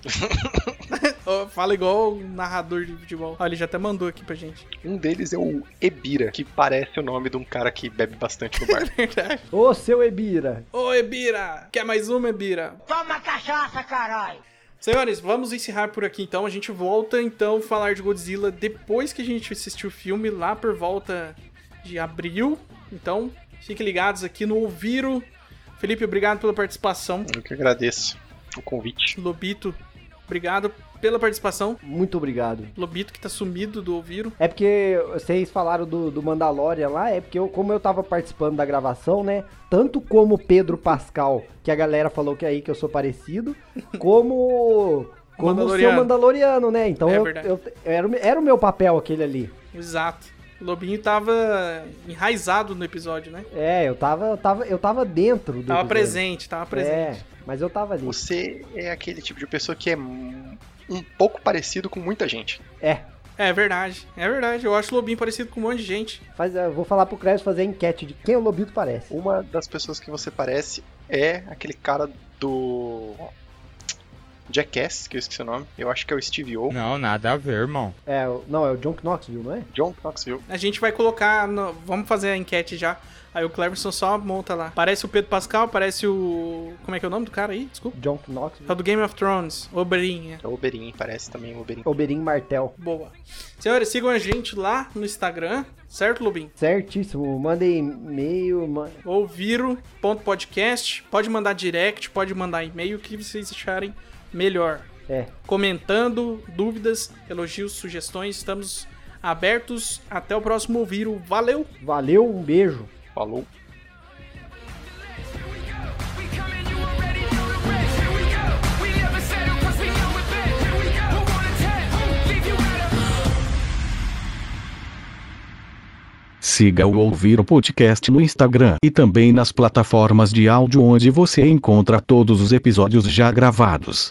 S5: Ó, Fala igual o narrador de futebol. Olha, ele já até mandou aqui pra gente.
S4: Um deles é o Ebira, que parece o nome de um cara que bebe bastante no bar.
S5: Verdade.
S3: Ô seu Ebira!
S5: Ô, Ebira! Quer mais uma, Ebira?
S7: Toma cachaça, caralho!
S5: Senhores, vamos encerrar por aqui então. A gente volta então a falar de Godzilla depois que a gente assistiu o filme, lá por volta de abril. Então, fiquem ligados aqui no Ouviro. Felipe, obrigado pela participação.
S4: eu que agradeço o convite.
S5: Lobito, obrigado pela participação.
S3: Muito obrigado.
S5: Lobito que tá sumido do Ouviro.
S3: É porque vocês falaram do, do Mandalorian lá, é porque eu, como eu tava participando da gravação, né? Tanto como o Pedro Pascal, que a galera falou que é aí que eu sou parecido, como. Como o seu
S5: Mandaloriano.
S3: Mandaloriano, né? Então
S5: É
S3: eu,
S5: verdade.
S3: eu- era, o me- era o meu papel aquele ali.
S5: Exato. O Lobinho tava enraizado no episódio, né?
S3: É, eu tava, eu tava, eu tava dentro do.
S5: Tava
S3: episódio.
S5: presente, tava presente.
S3: É, mas eu tava ali.
S4: Você é aquele tipo de pessoa que é um pouco parecido com muita gente.
S3: É.
S5: É verdade, é verdade. Eu acho o Lobinho parecido com um monte de gente.
S3: Faz, eu vou falar pro Cresce fazer a enquete de quem o Lobito parece.
S4: Uma das pessoas que você parece é aquele cara do Jackass, que eu esqueci o nome. Eu acho que é o Steve O.
S9: Não, nada a ver, irmão.
S3: É, o- não, é o John Knoxville, não é?
S4: John Knoxville.
S5: A gente vai colocar. no- Vamos fazer a enquete já. Aí o Cleverson só monta lá. Parece o Pedro Pascal, parece o. Como é que é o nome do cara aí? Desculpa.
S3: John Knox,
S5: É o do Game of Thrones, Obrinha.
S4: É o Oberyn, parece também o Oberyn.
S3: Oberin Martel.
S5: Boa. Senhores, sigam a gente lá no Instagram, certo, Lubin?
S3: Certíssimo, mandei e-mail, ma-
S5: Ou viro.podcast. Pode mandar direct, pode mandar e-mail, o que vocês acharem melhor.
S3: É,
S5: Comentando, dúvidas, elogios, sugestões, estamos abertos. Até o próximo Viro. Valeu!
S3: valeu, um beijo.
S4: Falou.
S10: We coming, you already know the rest. Here we go. We never said it was we know it best. Here we go. Who wanna test? Who leave you out of?
S1: Siga o Ouvir o Podcast no Instagram e também nas plataformas de áudio onde você encontra todos os episódios já gravados.